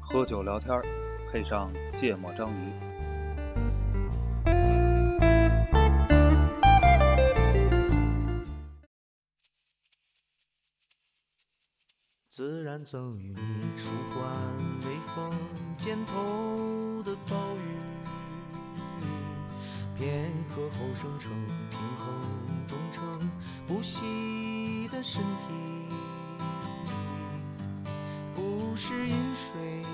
喝酒聊天儿，配上芥末章鱼。自然赠予你舒缓微风肩头的暴雨，片刻后生成平衡忠诚不息的身体，不是饮水。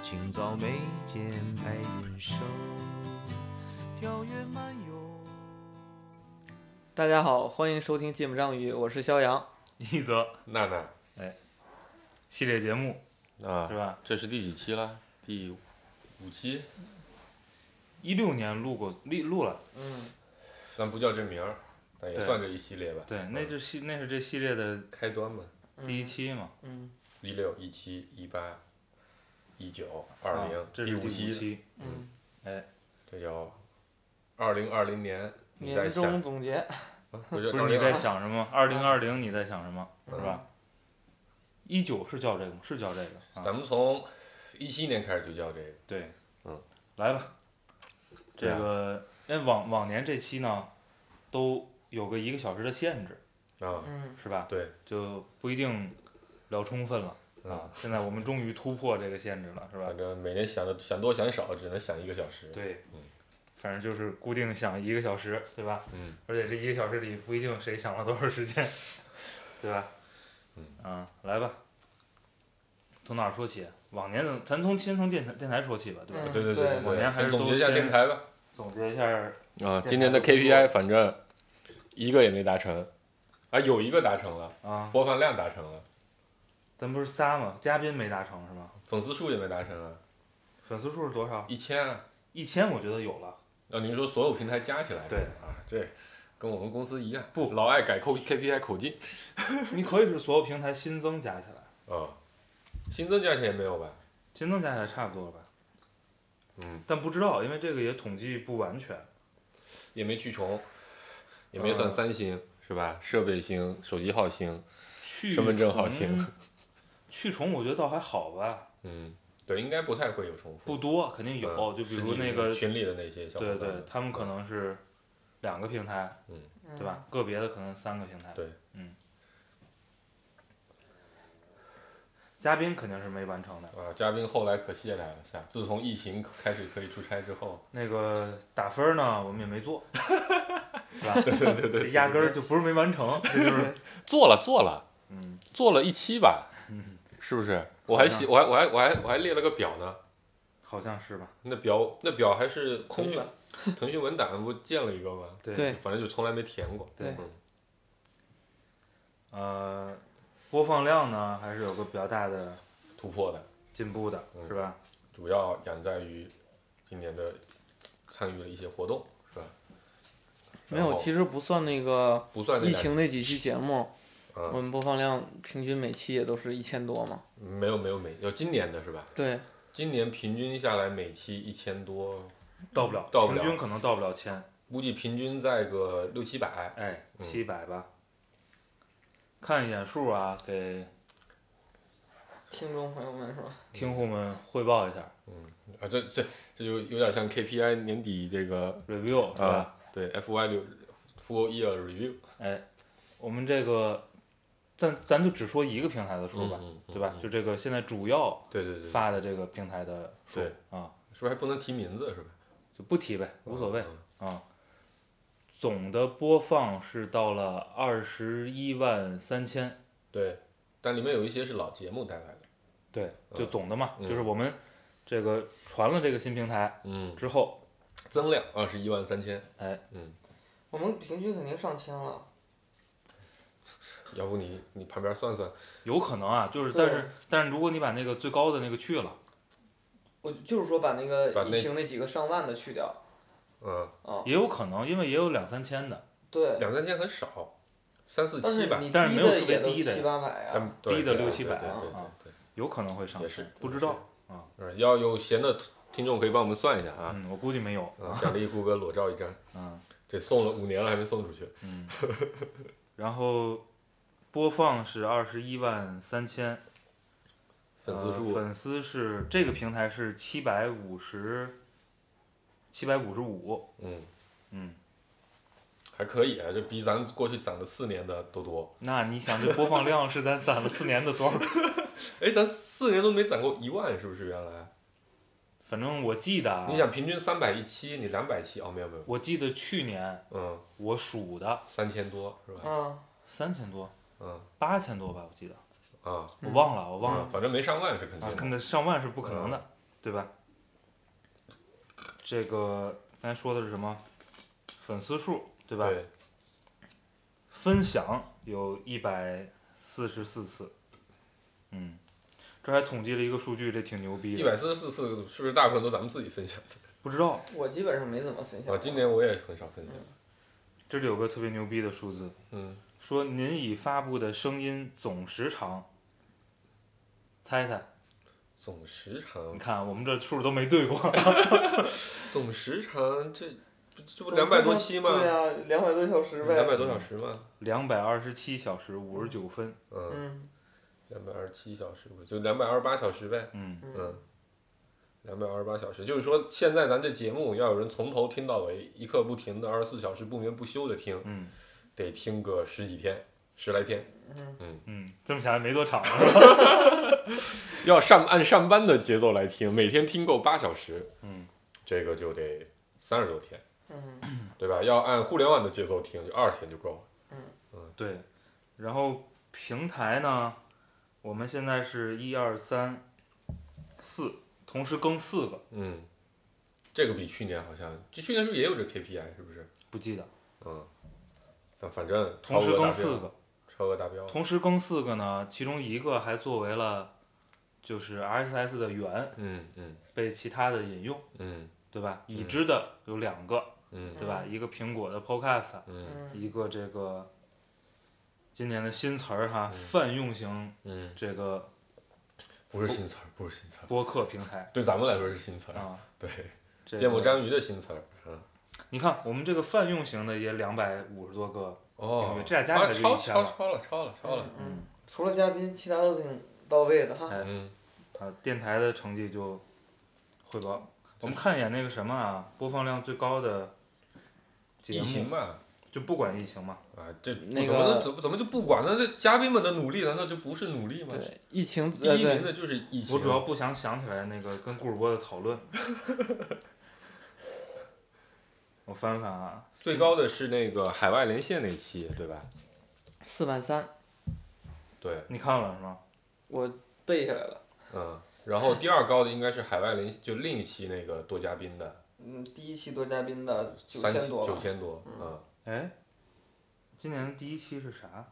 清早眉间白云生，跳跃漫游。大家好，欢迎收听《芥末章鱼》，我是肖阳。一则娜娜系列节目是啊，吧？这是第几期了？第五期？一六年录过，录录了，嗯，咱不叫这名儿，但也对算这一系列吧。对，嗯那是系那是这系列的开端嘛，第一期嘛，嗯，一六、一七、一八、一九、二啊零，这是五期，期，嗯这叫二零二零年。嗯，你在年终想，总结，啊不是不是你2020在想什么？嗯二零二零你在想什么？是嗯吧？一九是叫这个吗？是叫这个啊？咱们从一七年开始就叫这个，对，嗯，来吧，这对啊个哎往往年这期呢，都有个一个小时的限制，啊，嗯，是吧？对，就不一定聊充分了啊嗯，。现在我们终于突破这个限制了，是吧反？正每年想的想多想少，只能想一个小时。，对，嗯反正就是固定想一个小时，对吧？嗯，而且这一个小时里不一定谁想了多少时间，对吧？嗯，啊，来吧，从哪儿说起？啊往年的，咱从先从电台电台说起吧，对吧？嗯对对对对往年还先是总都结一下先电台吧。总结一下，啊，电今台年的的工作 KPI 反正一个也没达成，啊，有一个达成了，啊，播放量达成了，咱不是仨吗？嘉宾没达成是吗？粉丝数也没达成啊，粉丝数是多少？一千啊。一千，我觉得有了。啊，您说所有平台加起来？对啊，这跟我们公司一样，不老爱改扣 KPI 口径 你可以是所有平台新增加起来，啊，新增加起来也没有吧？新增加起来差不多了吧？嗯，但不知道，因为这个也统计不完全。也没去重，也没算嗯三星、是吧？设备星、手机号星，去身份证号虫行。 去虫我觉得倒还好吧，嗯，对，应该不太会有重复。不多，肯定嗯有。就比十如几那个，群里的那些小伙对伴，对，他们可能是两个平台，对吧？个别的可能三个平台。对，嗯。嘉宾肯定是没完成的。啊，嘉宾后来可懈怠了，下自从疫情开始可以出差之后，那个打分儿呢，我们也没 做，是吧？对对对这 对，压根儿就不是没完成，这就是做了做了，嗯，做了一期吧，嗯是不是？我还写，我还我还我还我还列了个表呢，好像是吧？那表那表还是腾空讯的，腾讯文档不建了一个吗？哎对对反正就从来没填过。对嗯呃，播放量呢还是有个比较大的突破的，进步的，嗯是吧？主要养在于今年的参与了一些活动，是吧？没有，然后其实不算那个不算那疫俩情那几期节目，嗯我们播放量平均每期也都是一千多嘛。没有没有每有今年的是吧？对，今年平均下来每期一千多，到不了，嗯到不了平均可能到不了千，估计平均在个六七百。哎，嗯七百吧。看一眼数啊，给听众朋友们是吧？听户们汇报一下啊，这这这就有点像 KPI 年底这个，review 是吧？啊，对 FY 六 Full Year Review 哎，我们这个，咱咱就只说一个平台的数吧，嗯嗯嗯对吧？嗯就这个现在主要对对对，发的这个平台的数对啊，是不是还不能提名字是吧？就不提呗，无所谓嗯啊。总的播放是到了二十一万三千，对，但里面有一些是老节目带来的。对，嗯就总的嘛，嗯就是我们这个传了这个新平台嗯，之后，增量二十一万三千。我们平均肯定上千了。要不你你旁边算算，有可能啊，就是对但是但是如果你把那个最高的那个去了，我就是说把那个把那疫情那几个上万的去掉。啊嗯，也有可能，因为也有两三千的，对，两三千很少，三四但是七吧，你低但是没有的特别也都低的七八百呀、啊但对低的对六对七对百对对啊对对，有可能会上也线是，不也知是道。呃要有闲的听众可以帮我们算一下啊，嗯，我估计没有。啊奖励顾哥裸照一张，嗯这送了五年了还没送出去， 嗯。然后播放是二十一万三千，粉丝呃数粉丝是这个平台是七百五十，七百五十五，嗯嗯，还可以啊，就比咱过去攒了四年的都多。那你想这播放量是咱攒了四年的多少？ 哎，咱四年都没攒过一万，是不是原来？反正我记得，啊，你想平均三百一期，你两百期哦，没有没有，我记得去年嗯，我数的三千多是吧？嗯，三千多，嗯八千多吧，我记得，啊，我忘了，我忘了嗯，反正没上万是肯啊，定的。跟那上万是不可能的，对吧？这个刚才说的是什么？粉丝数，对吧？对，分享有一百四十四次，嗯，这还统计了一个数据，这挺牛逼一的。百四十四次是不是大部分都咱们自己分享不知道，我基本上没怎么分的？享。啊，今年我也很少分享。这里有个特别牛逼的数字，嗯，说您已发布的声音总时长，猜猜？总时你长，看啊我们这数都没对过，总时长这不这不总两数百多就期吗？对呀、两百多小时呗。两百多小时吗？两百二十七小时五十九分，嗯，嗯两百二十七小时，就两百二十八小时呗。嗯，嗯，两百二十八小时，就是说现在咱这节目要有人从头听到尾，一刻不停的二十四小时不眠不休的听，嗯，得听个十几天，十来天，嗯，这么想也没多长， 要上按上班的节奏来听，每天听够八小时，嗯，这个就得三十多天，嗯对吧？要按互联网的节奏听，就二十天就够了。对，然后平台呢，我们现在是一二三四，同时更四个，嗯，这个比去年好像，这去年是不是也有这 KPI？是不是？不记得，嗯，但反正超同时额达更四标，个，超额达标。同时更四个呢，其中一个还作为了就是 RSS 的源嗯嗯被其他的引用，嗯对吧？已嗯知的有两个，嗯对吧？一个苹果的 Podcast，啊嗯嗯一个这个今年的新词儿哈，嗯泛用型嗯，这个不是新词儿，不是新词儿，播客平台对咱们来说是新词儿。啊，对， 这芥末个章鱼的新词儿。嗯，你看，我们这个泛用型的也两百五十多个，哦，这俩加起啊来就超一千超了超了，超了，超了。嗯，除了嘉宾，其他都挺到位的哈。嗯啊，电台的成绩就汇报。我们看一眼那个什么啊，播放量最高的节疫情目，嘛，就不管疫情嘛，啊，这那怎么个能怎么怎么就不管呢？这嘉宾们的努力难道就不是努力吗？，疫情呃第一名的就是疫情。我主要不想想起来那个跟顾主播的讨论。 我翻翻啊，最高的是那个海外连线那期，对吧？四万三，对，你看了是吗？我背下来了。嗯，然后第二高的应该是海外联系，就另一期那个多嘉宾的，嗯，第一期多嘉宾的九三千千多九吧，千多，嗯，哎，今年的第一期是啥？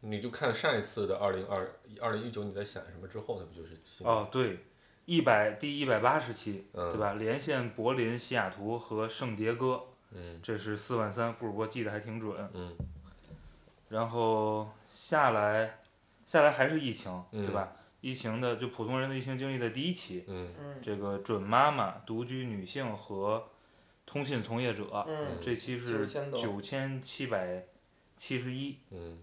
你就看上一次的二零二二零一九你在想什么之后，那不就是新的？哦，对，一百第一百八十期，嗯对吧？连线柏林、西雅图和圣迭戈，嗯这是四万三，顾主播记得还挺准。嗯然后下来，下来还是疫情，嗯对吧？疫情的就普通人的疫情经历的第一期，嗯嗯这个准妈妈、独居女性和通信从业者，嗯这期是9000多九千七百七十一。嗯，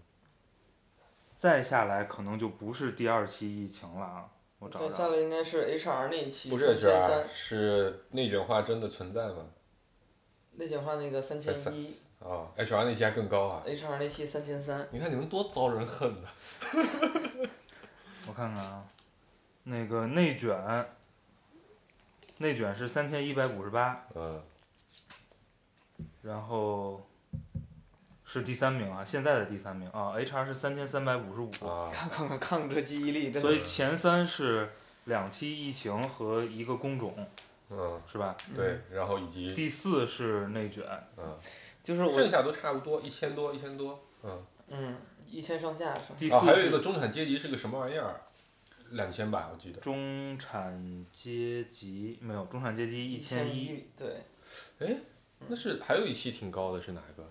再下来可能就不是第二期疫情了啊，我找再下找。来应该是 HR 那一期，不是三千三这，是内卷化真的存在吗？内卷化那个三千一啊、h r 那期还更高啊！ ，HR 那期三千三，你看你们多遭人恨啊呐、我看看啊，那个内卷，内卷是三千一百五十八，嗯然后是第三名啊，现在的第三名啊，HR 是三千三百五十五，啊，看看看看这记忆力，真所的，以前三是两期疫情和一个工种，嗯，是吧？对，然后以及第四是内卷，嗯，就是剩我，下都差不多，一千多，一千多，嗯。嗯，一千上下是吧？第啊，四还有一是个中产阶级是个什么玩意儿？两千吧，我记得。中产阶级，没有中产阶级一千一，一，对，哎，那是还有一期挺高的，是哪一个？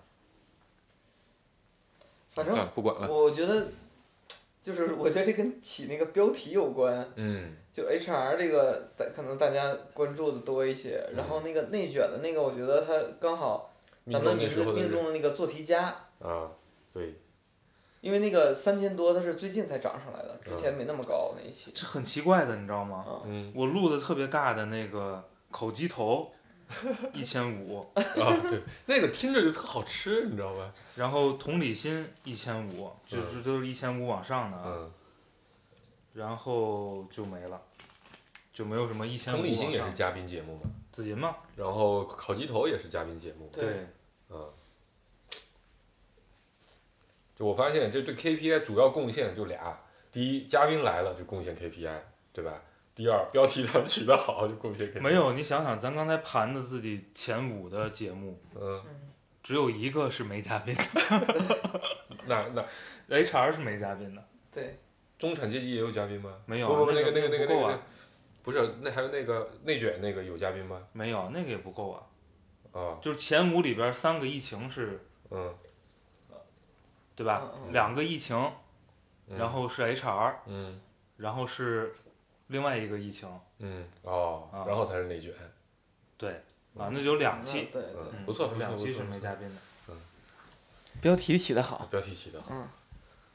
反算正了，不管了。我觉得就是我觉得这跟起那个标题有关，嗯，就 HR 这个，大可能大家关注的多一些。然后那个内卷的那个，我觉得它刚好咱那们名时字候的命人中了那个做题家，啊，对，因为那个三千多它是最近才涨上来的，之前没那么高那一期。这很奇怪的，你知道吗？啊，嗯我录的特别尬的那个烤鸡头，一千五，啊，对，那个听着就特好吃，你知道吧？然后同理心一千五，就是都是一千五往上的，啊，嗯，然后就没了，就没有什么一千五同理心往也是上。嘉宾节目嘛，紫银嘛，然后烤鸡头也是嘉宾节目，对啊，就我发现这对 KPI 主要贡献就俩，第一，嘉宾来了就贡献 KPI，对吧？第二，标题他们取得好就贡献 KPI，没，有，你想想，咱刚才盘的自己前五的节目，嗯，只有一个是没嘉宾的那那，HR 是没嘉宾的，对，中产阶级也有嘉宾吗？没有啊不不不，那那个那个那个不够那啊个，不是那还有那个内卷那个有嘉宾吗？没有那个也不够啊。啊，就是前五里边三个疫情是，嗯对吧？嗯嗯两个疫情，嗯然后是 HR，嗯然后是另外一个疫情，嗯哦啊，然后才是内卷，对，啊，那就有两期嗯，对对。嗯，嗯不错不错两不期错是没不错，嘉宾的。标题起得好，标题起的好，嗯，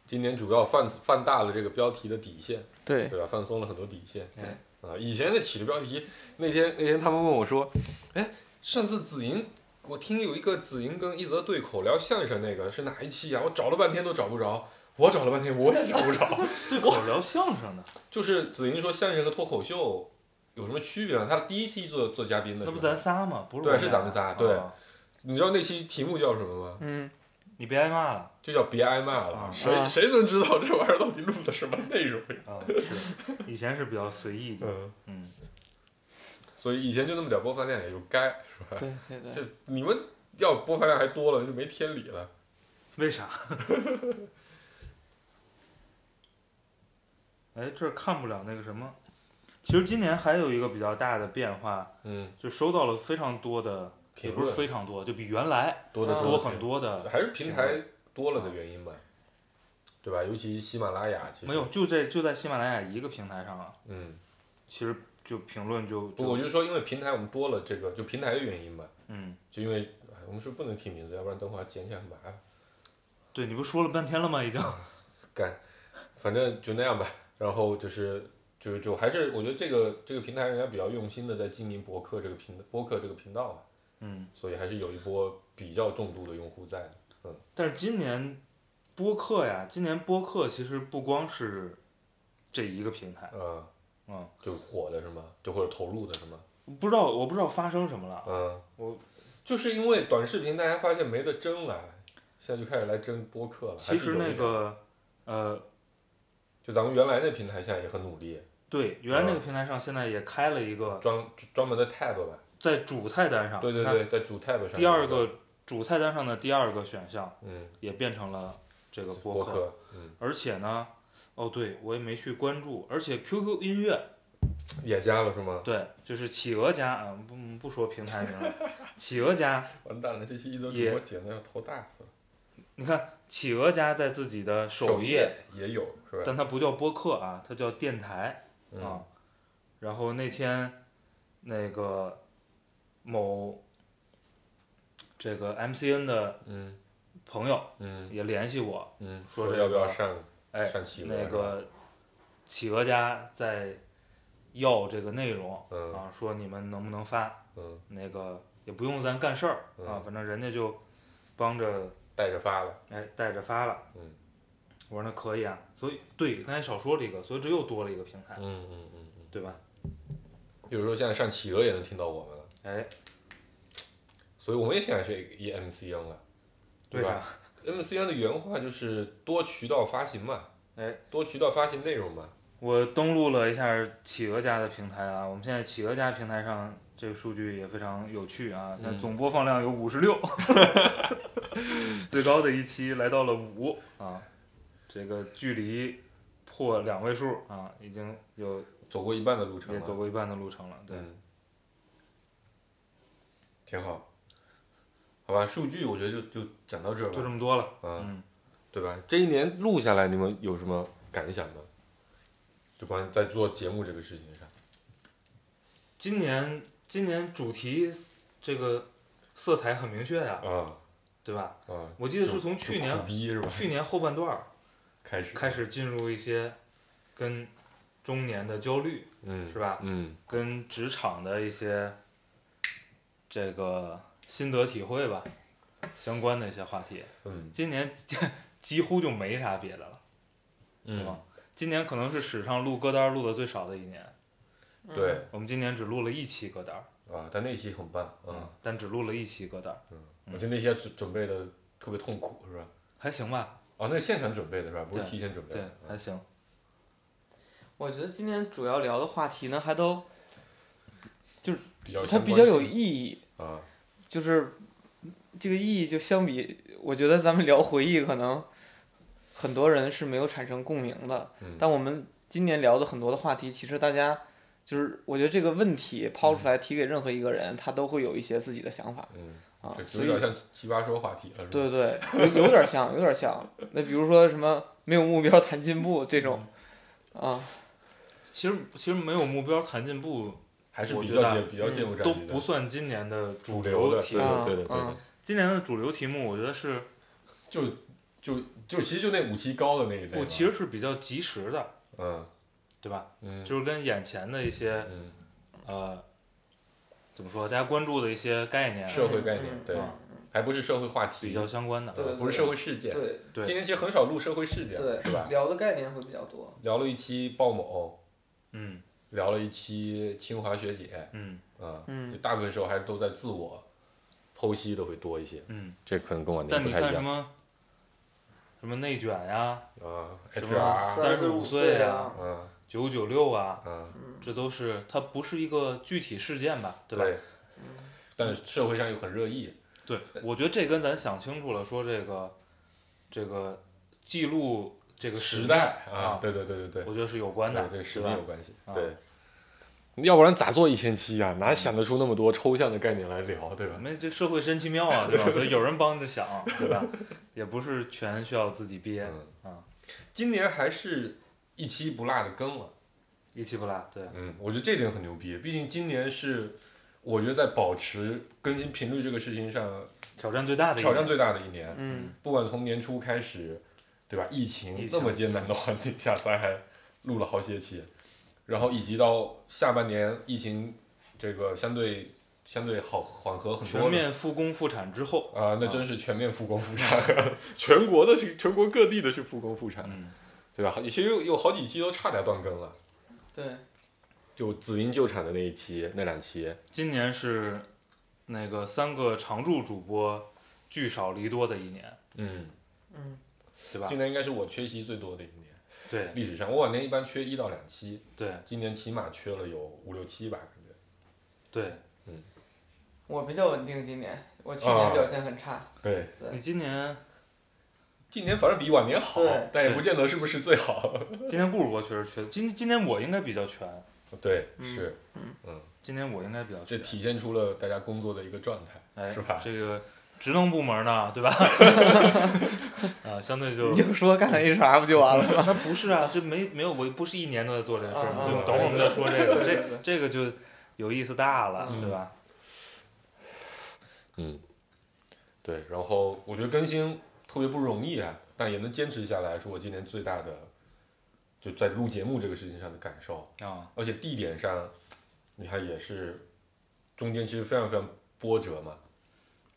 今年主要犯犯大了这个标题的底线。对，对吧？放松了很多底线。对啊，以前的起的标题，那天那天他们问我说，哎，上次子莹，我听有一个子莹跟一泽对口聊相声那个是哪一期啊？我找了半天都找不着，我找了半天我也找不着。 对口聊相声的，就是子莹说相声和脱口秀有什么区别吗？他第一期做做嘉宾的时那候，不咱仨吗？不是对我俩是咱们仨对啊你知道那期题目叫什么吗？嗯， 你别挨骂了就叫别挨骂了。啊谁、啊谁能知道这玩意儿到底录的什么内容呀？啊！是，以前是比较随意的，嗯，嗯，所以以前就那么点播放量也就该。对对对。这你们要播放量还多了，就没天理了。 为啥？ 哎，这儿看不了那个什么。其实今年还有一个比较大的变化，嗯，就收到了非常多的，也评不是论非常多，就比原来多得啊多很，多的还是平台多了的原因吧，对吧？尤其喜马拉雅，其实没有，，就在就在喜马拉雅一个平台上啊，嗯，其实就评论就不，我就就说因为平台我们多了这个，就平台的原因吧，嗯，就因为哎我们是不能提名字，要不然等会儿捡起来很麻烦。对，你不说了半天了吗？已 经，干，反正就那样吧。 然后就是就就还是我觉得这个这个平台人家比较用心的在经营博客这个频播客这个频道嘛，嗯，所以还是有一波比较重度的用户在的。但是今年播客呀，今年播客其实不光是这一个平台，嗯，嗯，就火的是吗？就或者投入的是吗？不知道我不知道发生什么了，嗯，我就是因为短视频，大家发现没得争了，现在就开始来争播客了。其还是实有一那点，个呃就咱们原来那平台现在也很努力，对，原来那个啊平台上现在也开了一个，专专门的 tab 吧。在主菜单上，对对它对，在主 tab 上。第二，个主菜单上的第二个选项嗯，也变成了这个播播客，客，嗯，而且呢，哦对，我也没去关注，而且 QQ 音乐也加了是吗？对，就是企鹅家啊，不不说平台名了， 企鹅家，完蛋了，这期一周主也播剪的要头大死了。你看企鹅家在自己的首页，也有是吧？但它不叫播客啊，它叫电台嗯啊。然后那天那个某这个 MCN 的嗯朋友嗯也联系我，嗯，说这要不要个上哎，上企鹅那个企鹅家在要这个内容嗯啊，说你们能不能发嗯那个也不用咱干事儿啊嗯，反正人家就帮着带着发了？哎带着发了。嗯，我说那可以啊，所以对刚才少说了一个，所以这又多了一个平台，嗯嗯嗯嗯，对吧？比如说现在上企鹅也能听到我们了，哎，所以我们也现在是一 MCN 了。对为吧啥？ MCN 的原话就是多渠道发行嘛，哎，多渠道发行内容嘛，我登录了一下企鹅家的平台啊，我们现在企鹅家平台上这个数据也非常有趣啊，现在嗯总播放量有五十 六，最高的一期来到了五啊，这个距离破两位数啊，已经有走过一半的路程也了，走过一半的路程了。对，嗯，挺好，好吧，数据我觉得就就讲到这儿吧，就这么多了。嗯，嗯，对吧？这一年录下来，你们有什么感想呢？就关于在做节目这个事情上，今年今年主题这个色彩很明确呀、啊对吧？啊，我记得就是从去就苦年逼是吧？去年后半段儿开始开，始进入一些跟中年的焦虑，嗯，是吧嗯跟职场的一些这个心得体会吧相关的一些话题。嗯今年 几乎就没啥别的了，对吧嗯，？今年可能是史上录歌单录的最少的一年，嗯对我们今年只录了一期歌单，啊，但那期很棒嗯啊，，但只录了一期歌单，我记得那期还准准备的特别痛苦是吧？还行吧？哦，那是现场准备的是吧？不是对提前准备对的。，还行。我觉得今天主要聊的话题呢，还都比较它相比关较有性意义，啊，就是这个意义就相比，我觉得咱们聊回忆，可能很多人是没有产生共鸣的。嗯但我们今年聊的很多的话题，其实大家就是我觉得这个问题抛出来提给任何一个人，他都会有一些自己的想法嗯，啊就，所就以有点像奇葩说话题了是吧？对对对，有有点像，有点像。那比如说什么没有目标谈进步这种啊，其实其实没有目标谈进步还是我比觉得较啊节比较节目都占据的不算今年的主流流的，题对的啊对的对的嗯，今年的主流题目，我觉得是就就就其实就那五期高的那一类吧，我其实是比较及时的，嗯对吧？嗯就是跟眼前的一些嗯呃，怎么说，大家关注的一些概念啊社会概念嗯对嗯，还不是社会话比题，啊较相关的。对不是社会事件，对对今天其实很少录社会事件，是吧？聊的概念会比较多。聊了一期鲍某，嗯聊了一期清华学姐，嗯啊，嗯就大部分时候还是都在自我剖析的会多一些，嗯。这可能跟往年但不你太看什一样么什么内卷呀、啊什么，HR 三十五岁啊啊，啊九九六啊，啊，这都是它不是一个具体事件吧，对吧？对，嗯但是社会上又很热议，对，我觉得这跟咱想清楚了，说这个这个记录这个时命代啊，对对对对对，我觉得是有关的，对对，是时代吧有？关系，啊对。要不然咋做一千期啊？哪想得出那么多抽象的概念来聊，对我吧？们这社会真奇妙啊，对 吧？所以有人帮着想，对吧？也不是全需要自己憋，嗯啊，今年还是一期不落的更了。一期不落，对，嗯，我觉得这点很牛逼，毕竟今年是我觉得在保持更新频率这个事情上挑战最大的一挑战年最大的一年。嗯不管从年初开始，对吧？疫疫情情这么艰难的环境下，咱还录了好些期，然后以及到下半年疫情这个相对相对好缓和很多全了面复工复产之后，啊、那真是全面复工复产，啊 全国的是全国各地的是复工复产，嗯对吧？其实有有好几期都差点断更了，对，就紫英救产的那一期、那两期，今年是那个三个常驻主播聚少离多的一年，嗯，嗯对吧今？年应该是我缺席最多的一年，对历史上我往年一般缺一到两期，对今年起码缺了有五六期吧，感觉。对，我比较稳定，今年我去啊年表现很差。对，你今年今年反正比往年好对，但也不见得是不是最好。今年顾主播确实缺，今今年我应该比较全， 对，嗯是，今年我应该比较这全，体现出了大家工作的一个状态，哎，是吧？这个职能部门呢，对吧？ 啊，相对就你就说干了 HR 不就完了吗？ 那不是啊，这没没有，我不是一年都在做这个事儿啊吗啊？对啊等会儿我们再说这个，对对这对这个就有意思大了，嗯对吧？嗯，对。然后我觉得更新特别不容易啊，但也能坚持下来，是我今年最大的，就在录节目这个事情上的感受。啊，而且地点上，你看也是，中间其实非常非常波折 嘛。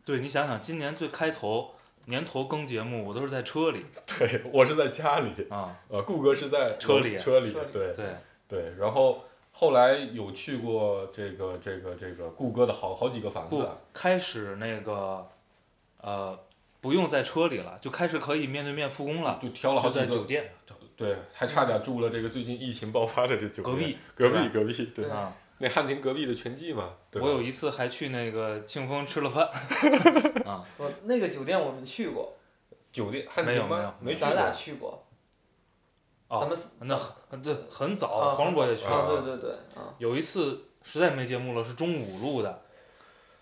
对你想想，今年最开头年头更节目，我都是在车里对，我是在家里，啊，呃，顾哥是在车里车里车里，对对，对，然后后来有去过这个这个这个顾哥的好好几个房不子，啊开始那个呃，不用在车里了，就开始可以面对面复工了，啊就挑了好就几在个酒店对，还差点住了这个最近疫情爆发的这酒店隔壁隔对壁吧隔壁，对，啊。那汉庭隔壁的全季嘛，对吧我有一次还去那个庆丰吃了饭，啊，我那个酒店我们去过，酒店汉没有庭没吗有？没去咱俩过，去过。哦咱们那很对很早，啊黄世博也去很早啊，了。对对对，啊，有一次实在没节目了，是中午录的，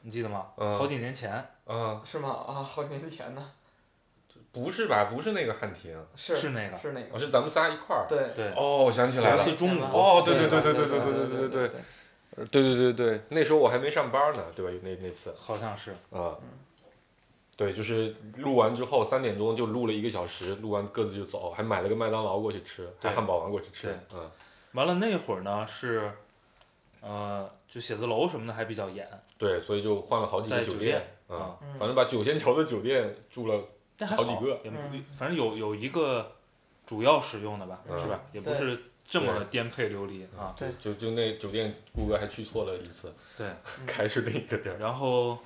你记得吗？嗯好几年前，啊，是吗？啊，好几年前呢。不是吧？不是那个汉庭，是是那个是那哦，个，是咱们仨一块儿。对对，哦，我想起来来了一，次中午天，哪哦，对对对对对对对对对对对对对对，呃对对对对，那时候我还没上班呢，对吧？那那次好像是啊，对，就是录完之后三点钟就录了一个小时，录完各自就走，还买了个麦当劳过去吃，对还汉堡王过去吃对，嗯，完了那会儿呢是，呃，就写字楼什么的还比较严对，所以就换了好几个在酒酒店店，啊，啊，嗯反正把九仙桥的酒店住了，但还好几个也不嗯反正有有一个主要使用的吧，嗯是吧？也不是这么颠沛流离啊。对就就那酒店顾客还去错了一次，对， 还是那个地儿，然后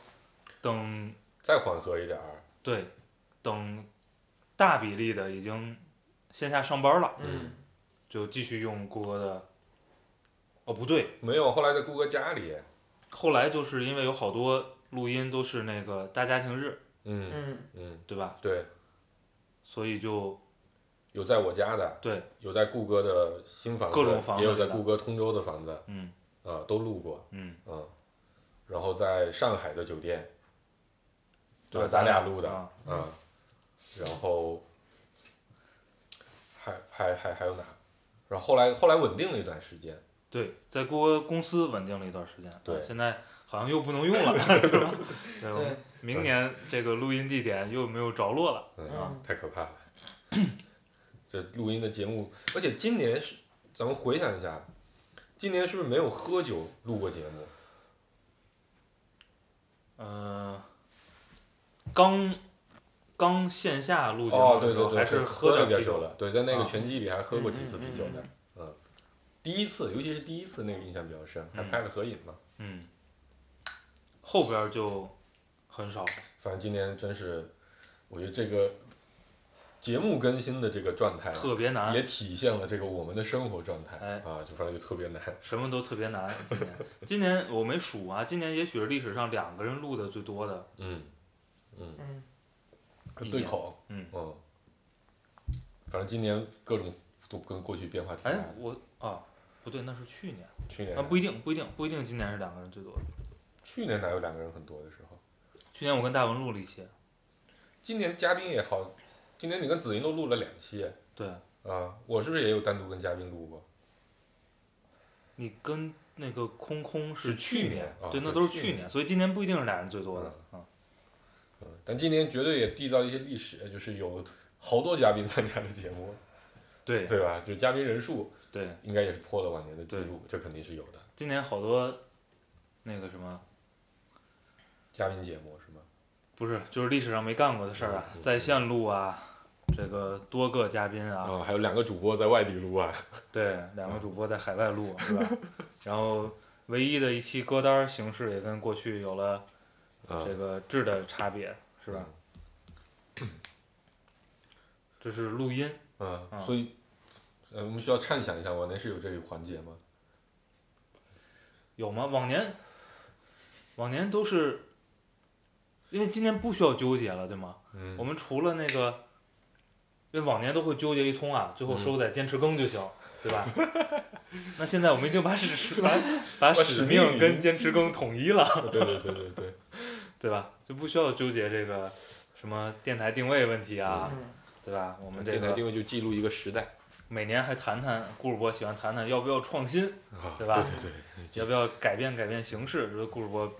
等再缓和一点儿，对等大比例的已经线下上班了，嗯就继续用谷歌的。哦，不对，没有，后来在顾客家里，后来就是因为有好多录音都是那个大家庭日，嗯嗯嗯，对吧？对，所以就有在我家的，对，有在顾哥的新房子，各种房子也有在顾哥通州的房子，嗯啊、都录过，嗯，嗯，然后在上海的酒店，对吧？啊咱俩录的，啊嗯，然后还还还还有哪？然后后来后来稳定了一段时间，对，在谷歌公司稳定了一段时间，对啊现在好像又不能用 了，是吧对我对们明年这个录音地点又没有着落了，嗯，嗯太可怕了。 这录音的节目，而且今年是，咱们回想一下，今年是不是没有喝酒录过节目？嗯，刚刚线下录节哦目，的对时候对对，还是喝喝了点点啤酒酒的，，对，在那个啊拳击里还喝过几次啤酒的嗯，嗯，第一次，尤其是第一次那个印象比较深，还嗯拍了合影嘛。嗯，后边就很少了，反正今年真是，我觉得这个节目更新的这个状态啊，特别难也，体现了这个我们的生活状态哎啊，就反正就特别难。什么都特别难。今年，今年我没数啊，今年也许是历史上两个人录的最多的，嗯，嗯一对年口，嗯嗯，反正今年各种都跟过去变化挺大哎的。，我啊，不对，那是去年。去年啊，不一定，不一定，不一定，今年是两个人最多的。去年哪有两个人很多的时候？去年我跟大文录了一期，今年嘉宾也好，今年你跟子怡都录了两期。对啊，我是不是也有单独跟嘉宾录过？你跟那个空空是是去去年啊对，那对都是去去年，所以今年不一定是俩人最多的啊。嗯，但今年绝对也缔造一些历史，哎就是有好多嘉宾参加的节目，对对吧？就嘉宾人数对，应该也是破了往年的记录，这肯定是有的。今年好多那个什么，嘉宾节目是吗？不是就是历史上没干过的事儿啊嗯嗯，嗯在线录啊，这个多个嘉宾啊，啊，还有两个主播在外地录啊，对，两嗯个主播在海外录是吧？ 然后唯一的一期歌单形式也跟过去有了啊这个质的差别是吧？这是录音。嗯，嗯所以，呃，我们需要畅想一下，往年是有这个环节吗？有吗？往年，往年都是，因为今年不需要纠结了，对吗？嗯我们除了那个，因为往年都会纠结一通啊，嗯最后收在坚持更就行，对吧？ 那现在我们已经把 使把把把使使命命跟坚持更统一了， 对对对对对，对吧？就不需要纠结这个什么电台定位问题啊，嗯对吧？我们这电台个定位就记录一个时代每年还谈谈，顾主播喜欢谈谈要不要创新，啊，对吧对对要对，不要改变改变形式？这个顾主播，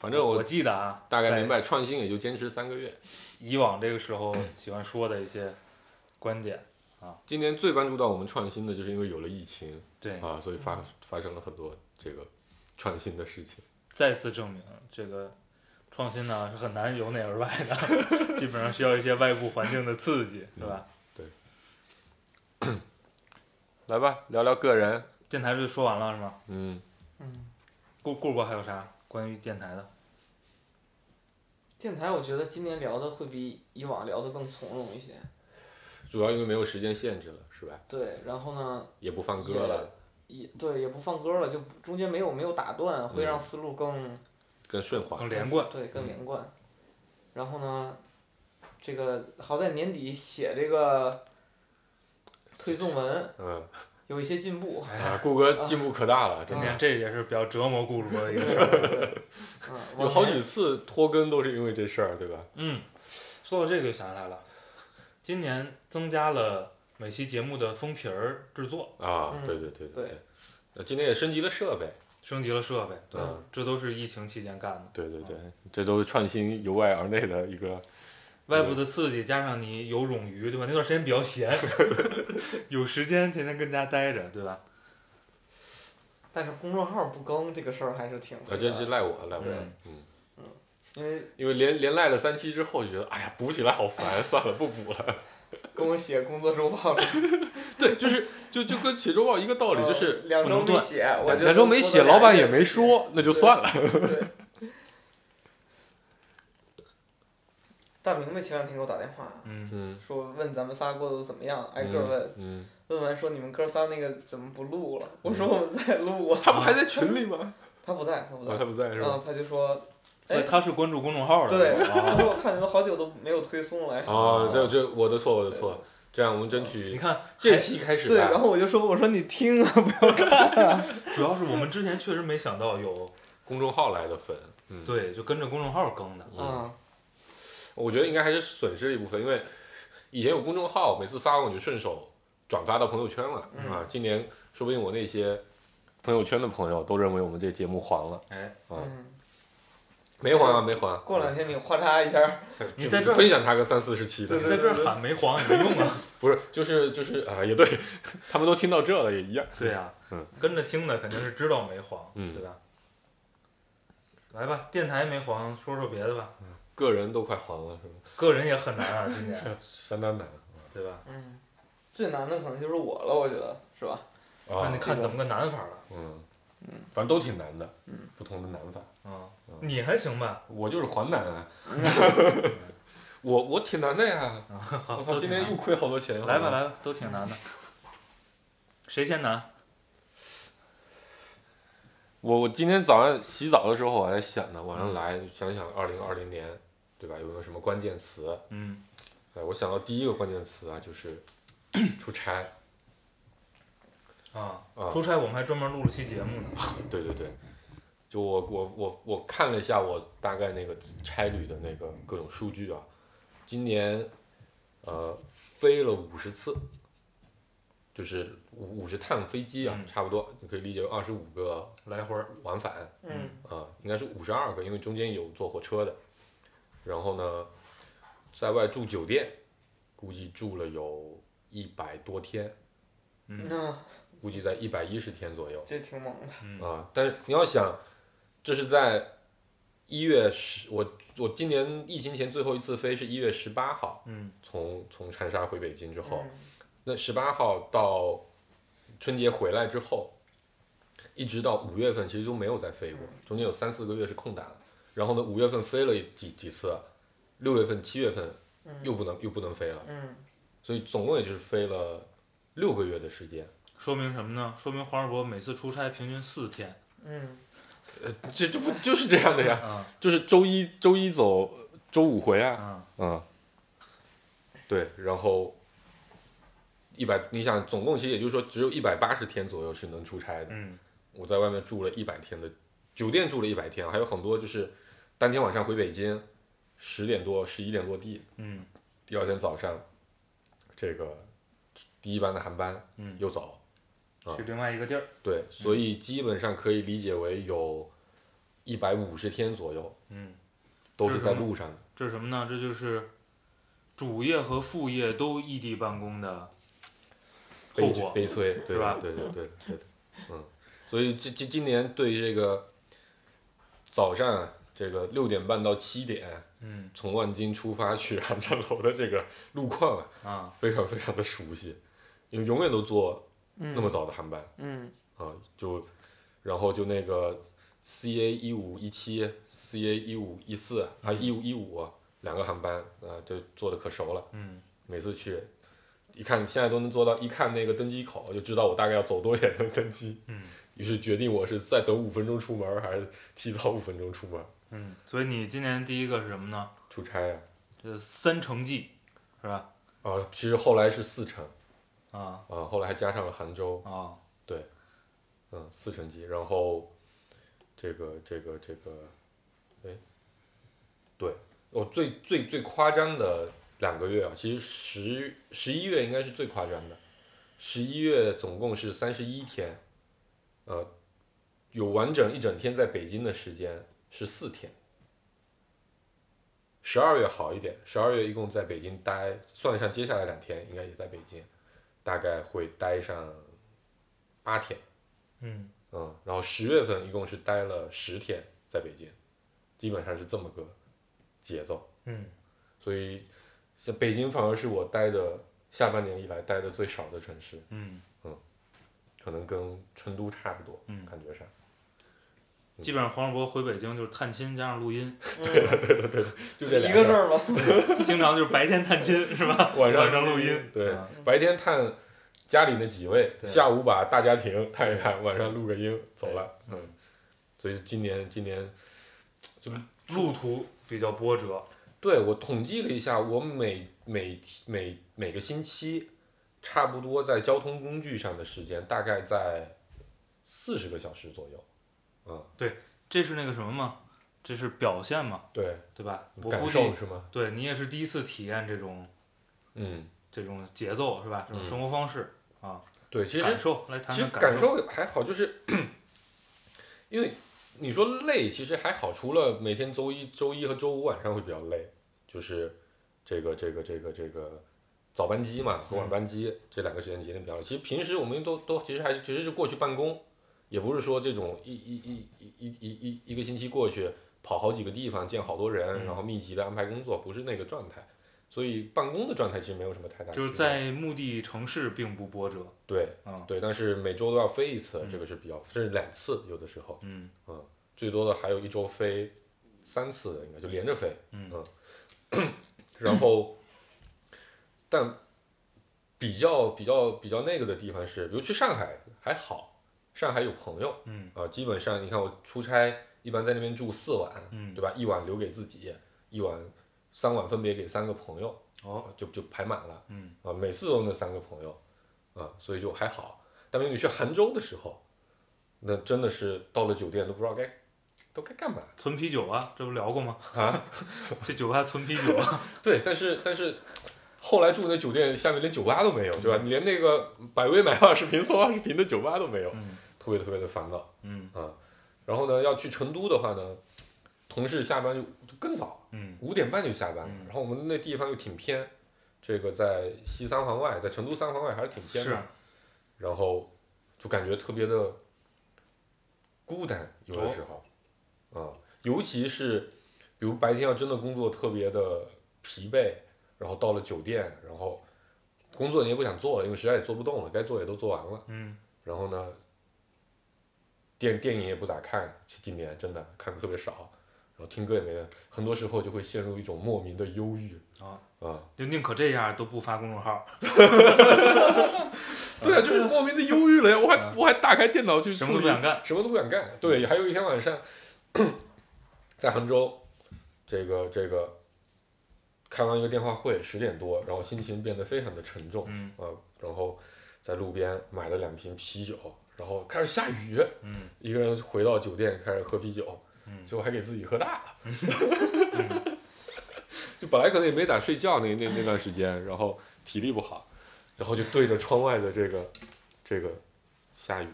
反正我我记得啊，大概在明白，创新也就坚持三个月。以往这个时候喜欢说的一些观点。今年最关注到我们创新的，就是因为有了疫情对，啊，所以发发生了很多这个创新的事情。再次证明这个创新呢是很难由内而外的，基本上需要一些外部环境的刺激，是吧？来吧，聊聊个人，电台就说完了是吗？嗯，嗯，顾顾博还有啥关于电台的？电台我觉得今年聊的会比以往聊的更从容一些，主要因为没有时间限制了，是吧？对，然后呢，也不放歌也了，也对也不放歌了，就中间没有没有打断，会嗯让思路更。更嗯顺 滑更。连贯，对，更连贯。然后呢，这个好在年底写这个推送文嗯，有一些进 步，啊，顾哥进步可大了，真今的。天这也是比较折磨顾主播的一个事儿。嗯，有往好前几次拖更都是因为这事儿，对吧？嗯，说到这个就想起来了，今年增加了每期节目的封皮儿制作，啊，嗯对对对对对。那今天也升级了设备，升级了设备，对，嗯这都是疫情期间干的。对对对，这都是创新由外而内的一个，外部的刺激加上你有冗余，对吧？那段时间比较闲，有时间天天跟家待着，对吧？嗯但是公众号不更这个事儿还是挺啊，这这赖我赖我对，嗯，因为因为连连赖了三期之后，觉得哎呀补起来好烦， 算了不补了。跟我写工作周报对，就是就就跟写周报一个道理，就是两周没写，我就两周没写，多做老板也两天没说，那就算了。大明白前两天给我打电话，嗯，嗯说问咱们仨过得怎么样，挨个嗯问，嗯，问完说你们哥仨那个怎么不录了？我说我们在录啊，他不还在群里吗？ 他不在，他不在哦，，他不在是然吧？后他就说，哎所以他是关注公众号的，对，是吧 他啊哦说我看你们好久都没有推送了。啊，这这我的错我的错，这样我们争取你看，这期开始对，然吧。后我就说，我说你听啊，主要是我们之前确实没想到有公众号来的粉，嗯，对，就跟着公众号更的，啊，我觉得应该还是损失了一部分，因为以前有公众号，每次发完我就顺手转发到朋友圈了、嗯啊。今年说不定我那些朋友圈的朋友都认为我们这节目黄了，哎，哦嗯，没黄啊，没黄啊。过两天你哗嚓一下，你在这呃就儿分享他个三四十期的你，在这儿喊没黄也没用啊，不是就是就是啊、也对， 他们都听到这了也一样。对呀嗯，跟着听的肯定是知道没黄，嗯对吧？来吧，电台没黄，说说别的吧，个人都快黄了是吧？个人也很难 啊，今年，相当难对吧？嗯，最难的可能就是我了，我觉得是吧？那啊你，看怎么个难法了，嗯，反正都挺难的，嗯不同的难法。嗯嗯，你还行吧？我就是黄男 啊，我我挺难的呀。啊，好，我操，都今挺天难又亏好多钱。来吧好吗来吧，都挺难的，谁先难？我我今天早上洗澡的时候，我还在想呢，晚上来想想二零二零年，对吧？有没有什么关键词？嗯，哎，我想到第一个关键词啊，就是 出差啊，啊。出差我们还专门录了期节目呢，对对对，就我我我我看了一下我大概那个差旅的那个各种数据啊，今年呃飞了五十次，就是五五十趟飞机啊，嗯差不多，你可以理解为二十五个来回儿，往返。嗯啊，应该是五十二个，因为中间有坐火车的。然后呢，在外住酒店，估计住了有一百多天，嗯嗯，估计在一百一十天左右这挺猛的，嗯啊。但是你要想，这是在一月十，我我今年疫情前最后一次飞是一月十八号，嗯从从长沙回北京之后，嗯那十八号到春节回来之后，一直到五月份，其实都没有再飞过，中间有三四个月是空档。然后呢，五月份飞了几几次，六月份、七月份嗯又不能又不能飞了，嗯，所以总共也就是飞了六个月的时间。说明什么呢？说明黄世博每次出差平均四天，嗯，这这不就是这样的呀？啊就是周一周一走，周五回啊。啊，嗯，对，然后一百，你想总共其实也就是说只有一百八十天左右是能出差的。嗯我在外面住了一百天的酒店住了一百天，还有很多就是当天晚上回北京，十点多十一点落地，嗯第二天早上这个第一班的航班嗯，又走，啊去另外一个地儿，对，所以基本上可以理解为有一百五十天左右嗯，都是在路上的。这是什么呢？这就是主业和副业都异地办公的后悲果。悲催，对是吧对对对 对的，嗯，所以这这今年对这个早上啊这个六点半到七点嗯从万金出发去航站楼的这个路况啊，啊，非常非常的熟悉，因为永远都坐那那么早的航班嗯啊，就然后就那个 C A 一五一七、C A 一五一四啊一五一五两个航班啊，就坐的可熟了，嗯每次去。一看现在都能做到，一看那个登机口就知道我大概要走多远能登机，嗯于是决定我是再等五分钟出门还是提早五分钟出门。嗯，所以你今年第一个是什么呢？出差啊，这三成绩是吧？啊，其实后来是四成啊啊，后来还加上了杭州，啊，嗯，四成绩，然后这个这个这个，哎，对我最最最夸张的两个月啊，其实十十一月应该是最夸张的，十一月总共是三十一天，呃，有完整一整天在北京的时间是四天。十二月好一点，十二月一共在北京待，算上接下来两天，应该也在北京，大概会待上八天。嗯，嗯，然后十月份一共是待了十天在北京，基本上是这么个节奏。嗯，所以像北京反而是我待的下半年以来待的最少的城市，嗯，可能跟成都差不多，嗯感觉上。基本上黄世博回北京就是探亲加上录音，就这一两个样事儿吧。经常就是白天探亲是吧？ 晚上晚上录音，对啊白天探家里那几位，对下午把大家庭探一探，晚上录个音走了。嗯，所以今年今年路途比较波折。对我统计了一下，我每每每每个星期差不多在交通工具上的时间大概在四十个小时左右。这是那个什么嘛？这是表现嘛，对，对吧？我感估受计是吗？对你也是第一次体验这种嗯，这种节奏是吧？这种嗯生活方式啊，对，其实感受来谈其实谈感受。受也还好，就是 因为你说累，其实还好，除了每天周一、周一和周五晚上会比较累，就是这个、这个、这个、这个早班机嘛嗯和晚班机、这两个时间节点比较累。其实平时我们都都其实还是其实是过去办公，也不是说这种一一一一一一一一个星期过去跑好几个地方见好多人，嗯然后密集的安排工作，不是那个状态。所以办公的状态其实没有什么太大区就别，是在目的城市并不波折，对嗯对，但是每周都要飞一次，嗯这个是比较，甚至两次，有的时候嗯最多的还有一周飞三次的，应该就连着飞，嗯然后，但比较比较比较那个的地方是，比如去上海还好，上海有朋友嗯啊、基本上你看我出差一般在那边住四晚，嗯，对吧？一晚留给自己，一晚三晚分别给三个朋友，啊哦，就就排满了。嗯啊，每次都那三个朋友，啊，所以就还好。但美女去杭州的时候，那真的是到了酒店都不知道该都该干嘛存啤酒啊，这不聊过吗？ 啊。去酒吧存啤酒啊，对，但是但是后来住那酒店下面连酒吧都没有，对吧？你连那个百威买二十瓶送二十瓶的酒吧都没有，嗯特别特别的烦恼。嗯然后呢，要去成都的话呢，同事下班就就更早，嗯五点半就下班了。嗯然后我们那地方又挺偏，这个在西三环外，在成都三环外还是挺偏的。是，啊然后就感觉特别的孤单，有哦的时候，啊、尤其是比如白天要真的工作特别的疲惫，然后到了酒店，然后工作你也不想做了，因为实在也做不动了，该做也都做完了，嗯然后呢，电电影也不咋看，今年真的看的特别少，然后听歌也没得，很多时候就会陷入一种莫名的忧郁啊啊。就宁可这样都不发公众号，对啊，就是莫名的忧郁了呀！我还啊我还打开电脑去什处么都不理想干，什么都不敢干。对，还有一天晚上在杭州，这个这个开完一个电话会，十点多，然后心情变得非常的沉重，嗯啊，然后在路边买了两瓶啤酒，然后开始下雨，嗯一个人回到酒店开始喝啤酒，嗯结果还给自己喝大了。 就本来可能也没咋睡觉那那那段时间，然后体力不好，然后就对着窗外的这个这个下雨，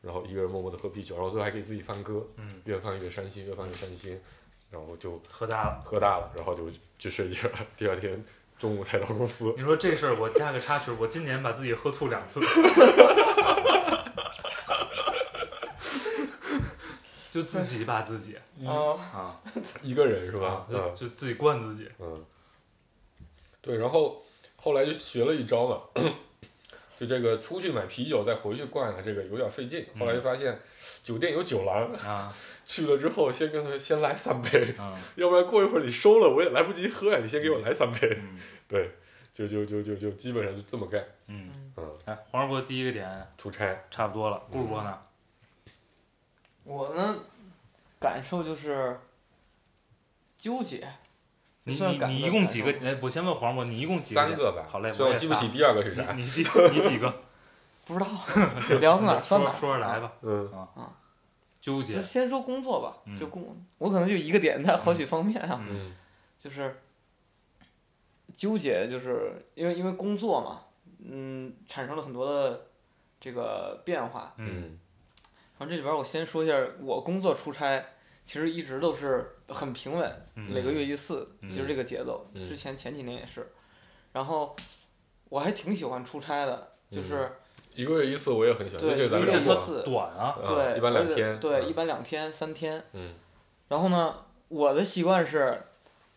然后一个人默默的喝啤酒，然后最后还给自己放歌，嗯，越放越伤心，越放越伤心，然后就喝大了。喝大了，然后就去睡觉了， 第二天中午才到公司。你说这事儿，我加个插曲，我今年把自己喝吐两次， 就自己把自己啊，啊 一个人是吧啊？，嗯就就自己灌自己，嗯，对，然后后来就学了一招嘛， 就这个出去买啤酒再回去灌啊，这个有点费劲。后来就发现酒店有酒廊，啊去了之后先跟他先来三杯， 啊要不然过一会儿你收了我也来不及喝呀，你先给我来三杯。嗯对，就就就就就基本上就这么干。嗯，嗯，哎，黄世博第一个点出差，差不多了，顾主播呢？我呢，感受就是纠结。你算你感你受一共感几受个？哎，我先问黄世博，你一共几三点个吧，好嘞，虽我然也我记不起仨第二个是啥。 你你记你几个？不知道 聊到哪儿算哪啊说说儿。着来吧。嗯纠那结，先说工作吧，嗯就工，我可能就一个点，但好几方面啊，嗯嗯就是纠结，就是因为因为工作嘛，嗯，产生了很多的这个变化。嗯，然后这里边儿我先说一下，我工作出差其实一直都是很平稳，嗯每个月一次，嗯就是这个节奏。嗯之前前几年也是，然后我还挺喜欢出差的，嗯就是、一个月一次我也很喜欢，对这就咱一们个这这月一做它啊次，短啊，对，啊，一般而两且天，对，一嗯般两天三天。嗯然后呢，我的习惯是，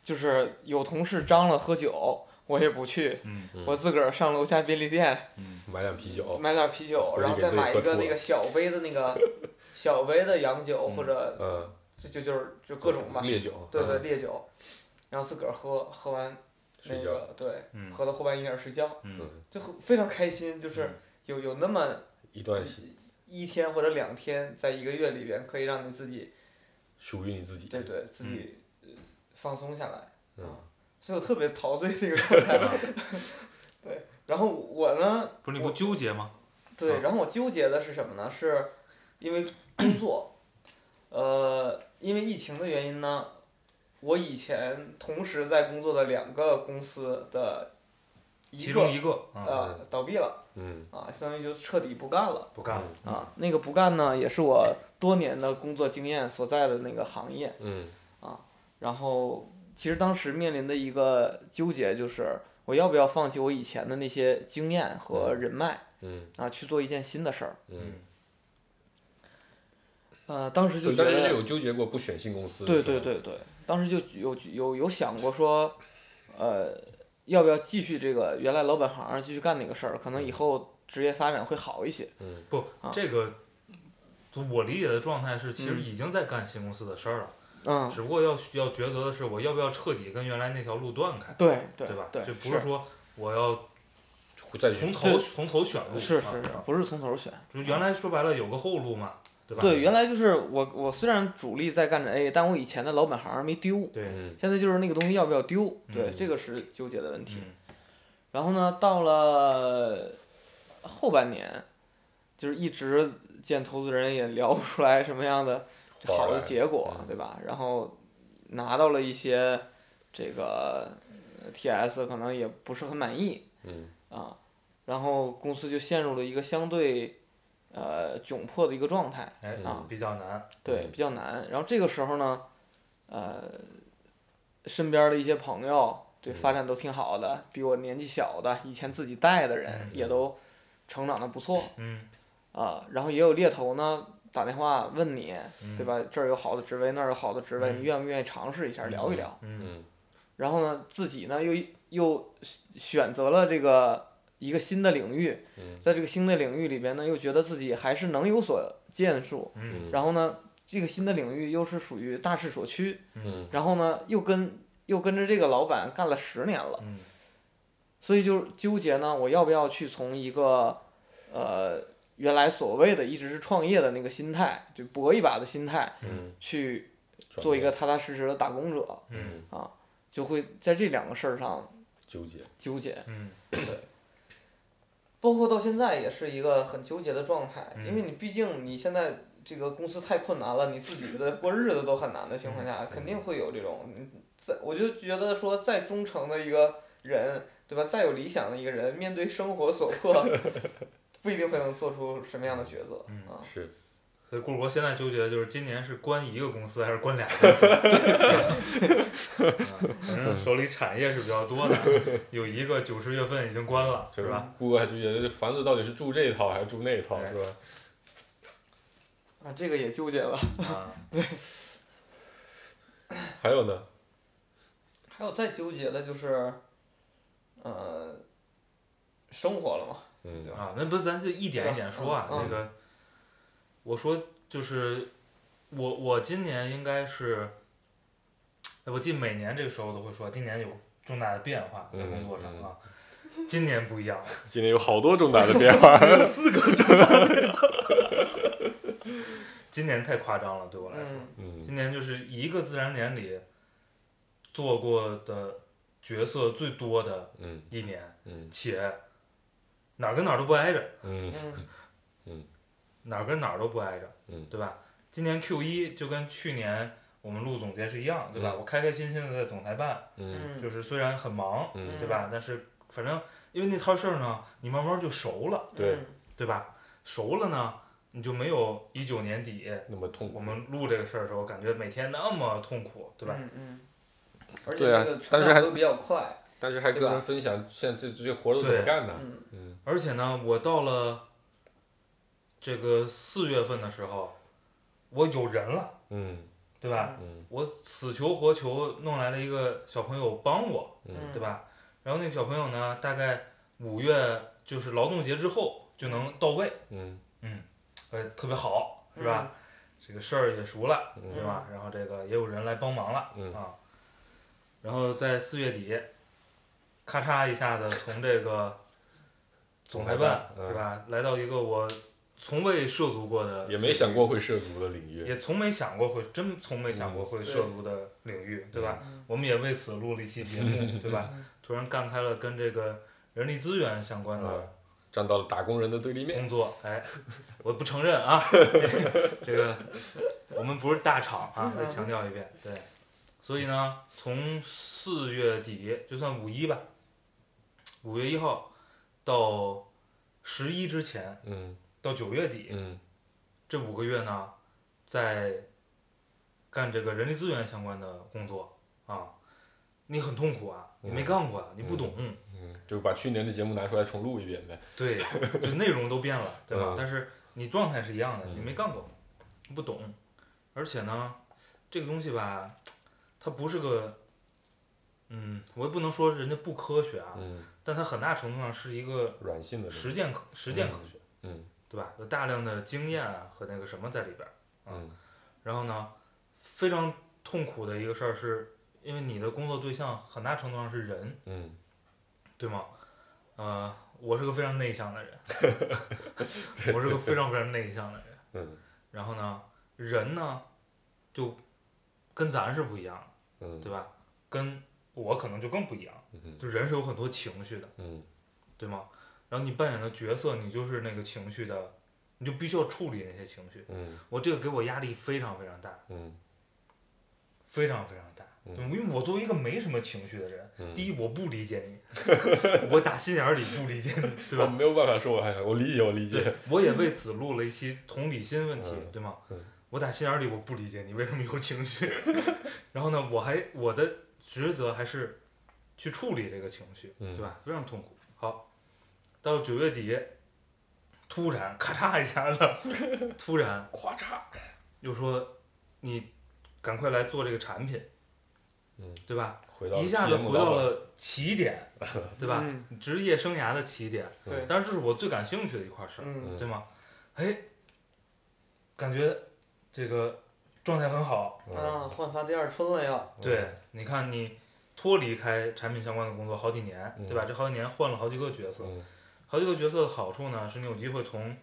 就是有同事张罗喝酒，我也不去，嗯嗯我自个儿上楼下便利店嗯买点啤酒，买点啤酒，回去然后再给自己买喝一个吐那了个小杯的那 个小杯的洋酒嗯或者嗯，就就就是就各种吧，烈酒，对对嗯，烈酒，然后自个儿喝喝完那睡个觉对，嗯喝到后半夜睡觉，嗯嗯，就很非常开心，就是有有那么一段喜一天或者两天，在一个月里边可以让你自己属于你自己，对对自己呃放松下来，啊嗯所以我特别陶醉这个状态。 对，然后我呢，不是你不纠结吗？对啊，然后我纠结的是什么呢？是因为工作，呃，因为疫情的原因呢，我以前同时在工作的两个公司的一其个中一个啊，呃倒闭了嗯啊，相当于就彻底不干了不干了，啊。那个不干呢，也是我多年的工作经验所在的那个行业。嗯然后其实当时面临的一个纠结就是，我要不要放弃我以前的那些经验和人脉嗯啊，去做一件新的事儿？嗯，呃，当时所就以觉当得时是有纠结过不选新公司，对是吧对，对对，当时就有有有想过说，呃，要不要继续这个原来老本行儿继续干那个事儿？可能以后职业发展会好一些。嗯不啊，这个我理解的状态是，其实嗯已经在干新公司的事儿了，嗯，只不过要要抉择的是，我要不要彻底跟原来那条路断开，对对吧？对，就不是说我要再去从头从头选路，是是啊是啊，不是从头儿选？就原来说白了有个后路嘛，对吧？对，原来就是我我虽然主力在干着 A，但我以前的老本行儿没丢，对，嗯现在就是那个东西要不要丢，对，嗯这个是纠结的问题。嗯然后呢，到了后半年，就是一直见投资人也聊不出来什么样的花儿好的来结果，嗯对吧？然后拿到了一些这个呃 TS，可能也不是很满意嗯啊，然后公司就陷入了一个相对呃窘迫的一个状态，哎啊，比较难，对，嗯比较难。然后这个时候呢，呃，身边的一些朋友对嗯发展都挺好的，比我年纪小的，以前自己带的人嗯也都成长的不错嗯啊、然后也有猎头呢打电话问你，嗯，对吧？这儿有好的职位，那儿有好的职位，嗯你愿不愿意尝试一下，聊一聊？嗯？嗯然后呢，自己呢又又选择了这个一个新的领域，嗯在这个新的领域里边呢，又觉得自己还是能有所建树，嗯然后呢，这个新的领域又是属于大势所趋，嗯然后呢，又跟又跟着这个老板干了十年了，嗯所以就纠结呢，我要不要去从一个呃原来所谓的一直是创业的那个心态，就搏一把的心态，嗯，去转做一变个踏踏实实的打工者，嗯嗯就会在这两个事儿上纠结，纠结。嗯包括到现在也是一个很纠结的状态，嗯因为你毕竟你现在这个公司太困难了，你自己的过日子都很难的情况嗯下，肯定会有这种，你再我就觉得说再忠诚的一个人，对吧？再有理想的一个人，面对生活所 迫，不一定会能做出什么样的抉择嗯啊。是所以顾博现在纠结的就是今年是关一个公司还是关俩公司，啊反正手里产业是比较多的，有一个九十月份已经关了，就是吧？？顾客还纠结这房子到底是住这一套还是住那一套，哎是吧？啊，这个也纠结了。 啊，还有呢，还有再纠结的就是，呃，生活了嘛，嗯啊，那不咱就一点一点说啊，嗯嗯那个，我说就是我我今年应该是，哎我记得每年这个时候都会说，今年有重大的变化在工作上嗯嗯啊，今年不一样，今年有好多重大的变化，今年太夸张了对我来说，嗯嗯今年就是一个自然年里做过的角色最多的嗯一年，嗯且哪儿跟哪儿都不挨着，嗯嗯哪儿跟哪儿都不挨着，嗯对吧？今年 Q 一就跟去年我们录总结是一样，对吧？嗯我开开心心的在总裁办， 嗯嗯，就是虽然很忙，嗯对吧？但是反正因为那套事儿呢，你慢慢就熟了，对嗯，对吧？熟了呢，你就没有一九年底那么痛苦我。们录这个事儿的时候，感觉每天那么痛苦，对吧？嗯嗯。而且对啊这个成但是还长都比较快，但是还啊跟对吧人分享现在这这活儿都怎么对干的，嗯嗯而且呢，我到了这个四月份的时候，我有人了，嗯对吧？嗯我死求活求弄来了一个小朋友帮我，嗯，对？吧？然后那个小朋友呢，大概五月就是劳动节之后就能到位，嗯呃，特别好，嗯是吧？这个事儿也熟了，嗯对吧？然后这个也有人来帮忙了，嗯啊，然后在四月底，咔嚓一下子从这个总裁办，总裁办嗯对吧，来到一个我从未涉足过的，也没想，过会嗯涉足的领域，也从没想过会，真从没想过会涉足的领域，对吧？嗯？我们也为此录了一期节 目，对吧嗯？突然干开了跟这个人力资源相关的啊，站到了打工人的对立面，工作，哎，我不承认 啊，这个这个我们不是大厂啊，嗯再强调一遍，对，所以呢，从四月底就算五一吧，五月一号到十一之前，嗯到九月底嗯这五个月呢，在干这个人力资源相关的工作啊，你很痛苦啊，你没嗯干过啊，你不嗯懂。嗯，就把去年的节目拿出来重录一遍呗，对，就内容都变了，对吧？嗯但是你状态是一样的，嗯你没干过，不懂，而且呢，这个东西吧，它不是个，嗯，我也不能说人家不科学啊，嗯，但它很大程度上是一个软性的东西，实践科实践科学，嗯对吧？有大量的经验啊和那个什么在里边儿。嗯然后呢，非常痛苦的一个事儿是，因为你的工作对象很大程度上是人，嗯，对吗？呃，我是个非常内向的 人，我是个非常非常内向的人。嗯然后呢，人呢，就跟咱是不一样的，嗯对吧？跟我可能就更不一样，嗯就人是有很多情绪的，嗯对吗？然后你扮演的角色，你就是那个情绪的，你就必须要处理那些情绪。嗯我这个给我压力非常非常大，嗯非常非常大。嗯对因为我作为一个没什么情绪的人，嗯，第一我不理 解你，我打心眼儿里不理解你，对我吧？没有办法说，我还我理解我理解对，，我也为此录了一期同理心问题，嗯对吗？嗯我打心眼儿里我不理解你为什么有情绪， 然后呢，我还我的职责还是去处理这个情绪，嗯对吧？非常痛苦。好，到九月底，突然咔嚓一下子， 突然咔嚓，又说你赶快来做这个产品，嗯对吧？回到一下子节目回到老板，了起点，对吧？嗯职业生涯的起点，嗯对，当然这是我最感兴趣的一块事儿。嗯对吗？哎，感觉这个状态很好。啊，焕发第二春了嗯要，对，你看你脱离开产品相关的工作好几年，对吧？这好几年换了好几个角色，嗯好几个角色的好处呢，是你有机会从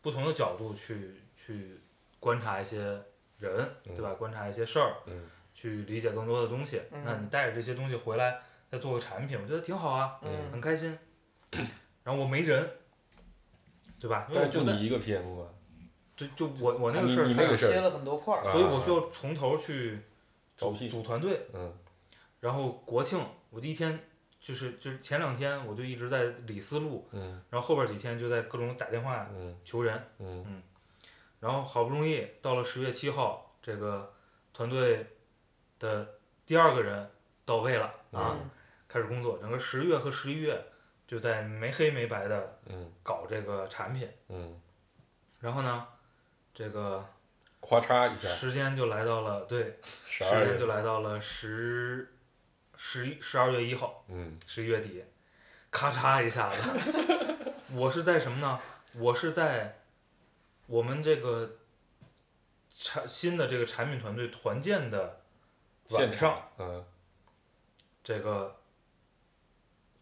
不同的角度去去观察一些人，对吧？观察一些事儿，嗯去理解更多的东西。嗯那你带着这些东西回来，再做个产品，我觉得挺好啊，嗯很开心。 然后我没人，对吧？因为但我是就不在，你一个 PM 啊，对，就我我那个你事儿你太那个事儿切了很多块儿，啊所以我需要从头去招组聘组团队。嗯然后国庆，我就一天就是就是前两天我就一直在理思路，嗯然后后边几天就在各种打电话嗯求人，嗯然后好不容易到了十月七号，这个团队的第二个人到位了啊，嗯开始工作。整个十月和十一月就在没黑没白的嗯搞这个产品，嗯，然后呢，这个咔嚓一下，时间就来到了对时十二间月，就来到了十十一十二月一号，嗯十一月底，咔嚓一下子， 我是在什么呢？我是在我们这个产新的这个产品团队团建的现晚上，场，嗯这个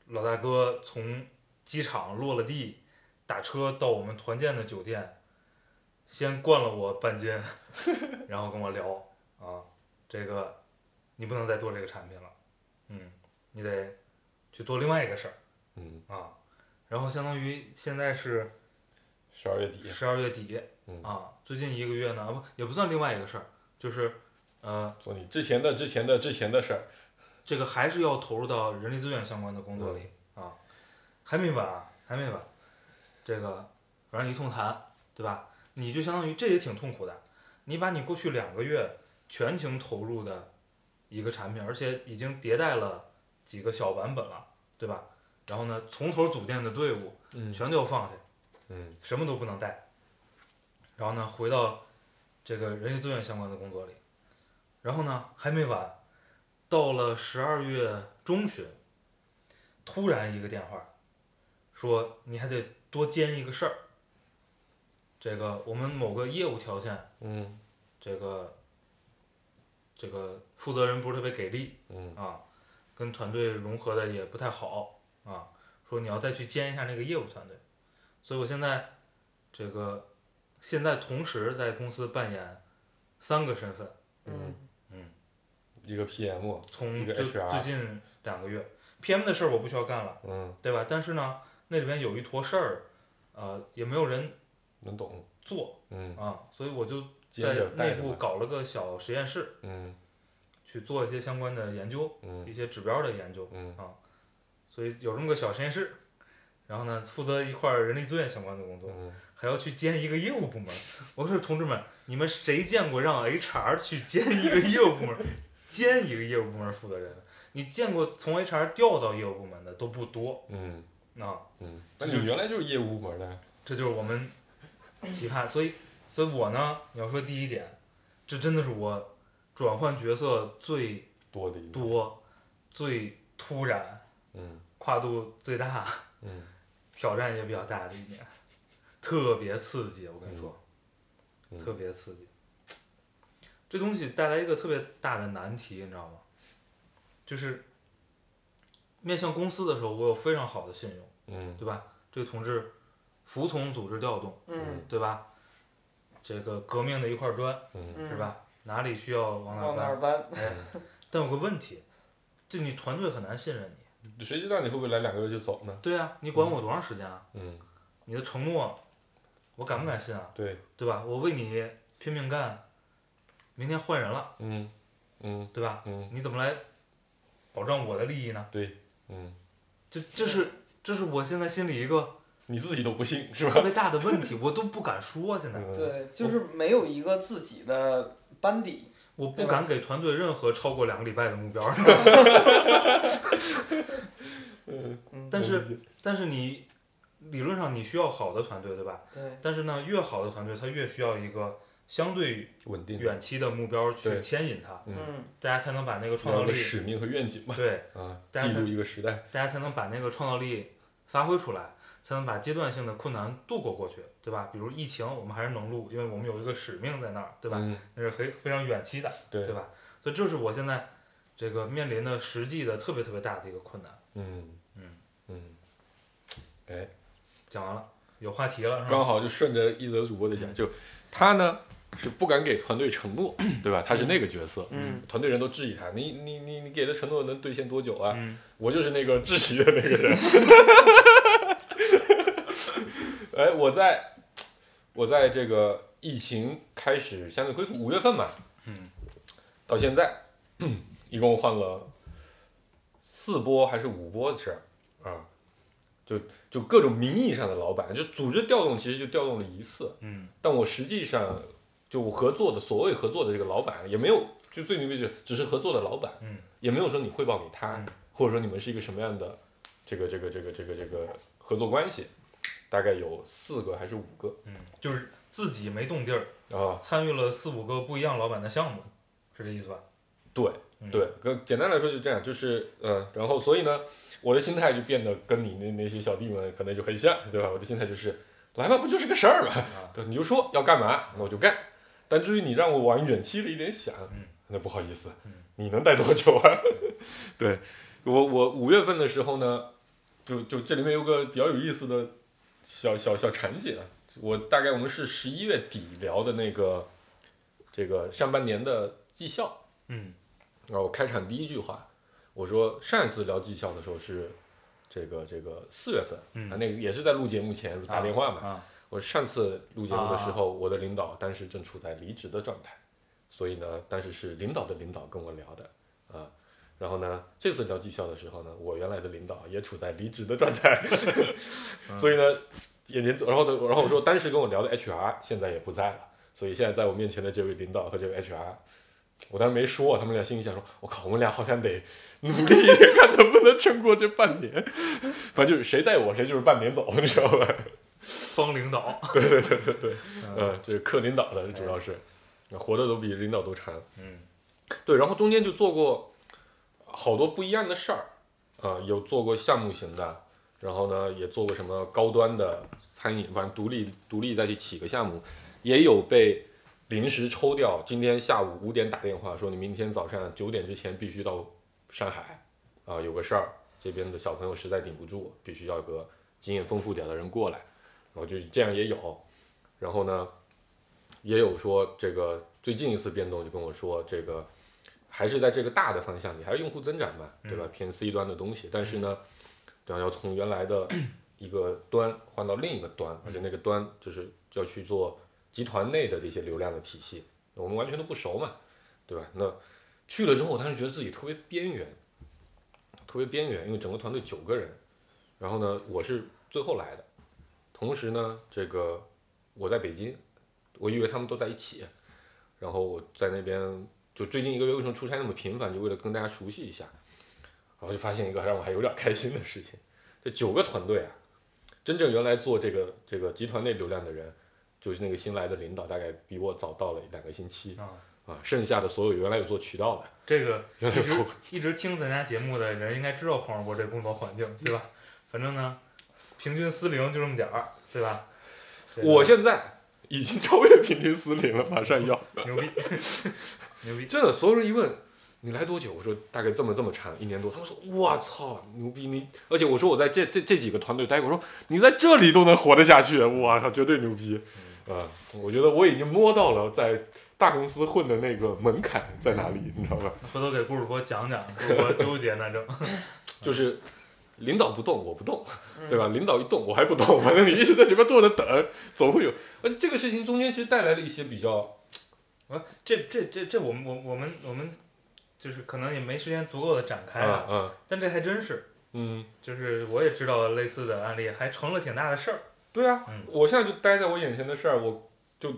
老大哥从机场落了地，打车到我们团建的酒店，先灌了我半斤， 然后跟我聊啊，这个你不能再做这个产品了，嗯，你得去做另外一个事儿嗯，啊。然后相当于现在是十二月底，十二月底嗯啊，最近一个月呢，啊不也不算另外一个事儿，就是呃，做你之前的之前的之前的事儿。这个还是要投入到人力资源相关的工作里、啊，还没完啊，还没完，这个反正一通谈，对吧？你就相当于这也挺痛苦的，你把你过去两个月全情投入的一个产品，而且已经迭代了几个小版本了，对吧？然后呢，从头组建的队伍嗯全都要放下，嗯什么都不能带。然后呢，回到这个人力资源相关的工作里，然后呢还没完，到了十二月中旬，突然一个电话，说你还得多兼一个事儿。这个我们某个业务条线，嗯这个这个负责人不是特别给力，嗯啊，跟团队融合的也不太好啊，说你要再去兼一下那个业务团队，所以我现在这个现在同时在公司扮演三个身份，嗯，一个啊 PM，一从个最 HR 最近两个月，PM 的事儿我不需要干了，嗯，对吧？但是呢，那里边有一坨事儿，呃，也没有人能懂，做嗯，啊，所以我就接在着带内着部吧，搞了个小实验室，嗯去做一些相关的研究，嗯一些指标的研究。嗯所以有这么个小实验室，然后呢，负责一块儿人力资源相关的工作，嗯，还要去兼一个业务部门。我说同志们，你们谁见过让 HR 去兼一个业务部门， 兼一个业务部门负责人的？你见过从 HR 调到业务部门的都不多嗯啊，嗯，那你原来就是业务部门的，这就是我们期盼。所以，所以我呢，你要说第一点，这真的是我转换角色最多的一个，多、最突然、嗯跨度最大。嗯挑战也比较大的一年，特别刺激，我跟你说，嗯特别刺激。这东西带来一个特别大的难题，你知道吗？就是面向公司的时候，我有非常好的信用，嗯对吧？这个同志服从组织调动，嗯对吧？这个革命的一块砖，嗯嗯，是？吧？哪里需要往哪往哪搬？儿搬？但有个问题，就你团队很难信任你。嗯，谁知道你会不会来两个月就走呢？对啊，你管我多长时间啊？嗯，你的承诺，我敢不敢信啊？对，对吧？我为你拼命干，明天换人了，嗯嗯对吧？嗯，你怎么来保障我的利益呢？对，嗯，这这是这是我现在心里一 个你自己都不信是特吧？别大的问题，我都不敢说。现在嗯对，就是没有一个自己的班底。我不对吧敢给团队任何超过两个礼拜的 目标。嗯，但是但是你理论上你需要好的团队，对吧？对，但是呢，越好的团队，它越需要一个相对稳定，远期的目标去对牵引它，嗯大家才能把那个创要造有个力使命和愿景吧，对啊，大家记才录一个时代，大家才能把那个创造力发挥出来，才能把阶段性的困难度过过去，对吧？比如疫情，我们还是能录，因为我们有一个使命在那儿，对吧？嗯？那是非非常远期的，对对吧？所以这是我现在这个面临的实际的特别特别大的一个困难。嗯嗯嗯，哎，讲完了，有话题了是吧？刚好就顺着一泽主播的讲，就他呢是不敢给团队承诺，对吧？他是那个角色，嗯团队人都质疑他，你你你你给的承诺能兑现多久啊？嗯，我就是那个质疑的那个人。 哎，我在，我在这个疫情开始相对恢复五月份嘛，嗯，到现在，一共换了四波还是五波的事儿啊，就就各种名义上的老板，就组织调动其实就调动了一次，嗯，但我实际上就我合作的所谓合作的这个老板也没有，就最牛逼就只是合作的老板，嗯，也没有说你汇报给他，嗯或者说你们是一个什么样的这个这个这个这个这个合作关系，大概有四个还是五个嗯，就是自己没动劲儿，啊？参与了四五个不一样老板的项目，是这意思吧？对嗯对，跟简单来说就这样，就是嗯，然后所以呢，我的心态就变得跟你那那些小弟们可能就很像，对吧？我的心态就是来吧，不就是个事儿嘛， 对，你就说要干嘛，那我就干。但至于你让我往远期里一点想，嗯那不好意思，嗯你能待多久啊？ 对我，我五月份的时候呢，就就这里面有个比较有意思的小小小产姐，我大概我们是十一月底聊的那个这个上半年的绩效，嗯然后我哦开场第一句话，我说上一次聊绩效的时候是这个这个四月份，嗯啊，那个也是在录节目前打电话嘛。啊，我上次录节目的时候，我的领导当时正处在离职的状态，所以呢，当时是领导的领导跟我聊的啊。然后呢，这次聊绩效的时候呢，我原来的领导也处在离职的状态， 所以呢，也年，然后呢，然后我说当时跟我聊的 HR 现在也不在了，所以现在在我面前的这位领导和这位 HR，我当时没说，他们俩心里想说，我靠，我们俩好像得努力一点，看能不能撑过这半年， 反正就是谁带我谁就是半年走，你知道吧？方领导，对对对对对，嗯嗯，这是克领导的主要是，活的都比领导都长。嗯对，然后中间就做过好多不一样的事儿，啊、有做过项目型的，然后呢也做过什么高端的餐饮，反正独立独立再去起个项目，也有被临时抽调，今天下午五点打电话说你明天早上九点之前必须到上海，啊、有个事儿，这边的小朋友实在顶不住，必须要有个经验丰富点的人过来，然后就这样也有，然后呢也有说这个最近一次变动就跟我说这个。还是在这个大的方向里，还是用户增长嘛，对吧？偏 C 端的东西，但是呢，对吧？要从原来的一个端换到另一个端，而且那个端就是要去做集团内的这些流量的体系，我们完全都不熟嘛，对吧？那去了之后，我当时觉得自己特别边缘，特别边缘，因为整个团队九个人，然后呢，我是最后来的，同时呢，这个我在北京，我以为他们都在一起，然后我在那边就最近一个月为什么出差那么频繁，就为了跟大家熟悉一下，然后就发现一个让我还有点开心的事情，这九个团队啊，真正原来做这个这个集团内流量的人，就是那个新来的领导，大概比我早到了两个星期啊，啊，剩下的所有原来有做渠道的，这个原来一 直有一直听咱家节目的人应该知道黄世波这工作环境，对吧？反正呢，平均私零就这么点儿，对吧？这个我现在已经超越平均私领了，马上要。牛逼， 牛逼， 真的，所有人一问你来多久，我说大概这么这么长，一年多。他们说我操，牛逼你！而且我说我在这这这几个团队待过，我说你在这里都能活得下去，我靠，绝对牛逼！啊、我觉得我已经摸到了在大公司混的那个门槛在哪里，你知道吧？回头给顾主播讲讲，顾主播纠结呢正。就是领导不动，我不动，对吧？领导一动，我还不动，反正你一直在这边坐着等，总会有。而这个事情中间其实带来了一些比较，我 这这这这我们我我们我们就是可能也没时间足够的展开啊啊，啊，但这还真是，嗯，就是我也知道类似的案例，还成了挺大的事儿。对啊，嗯我现在就待在我眼前的事儿，我就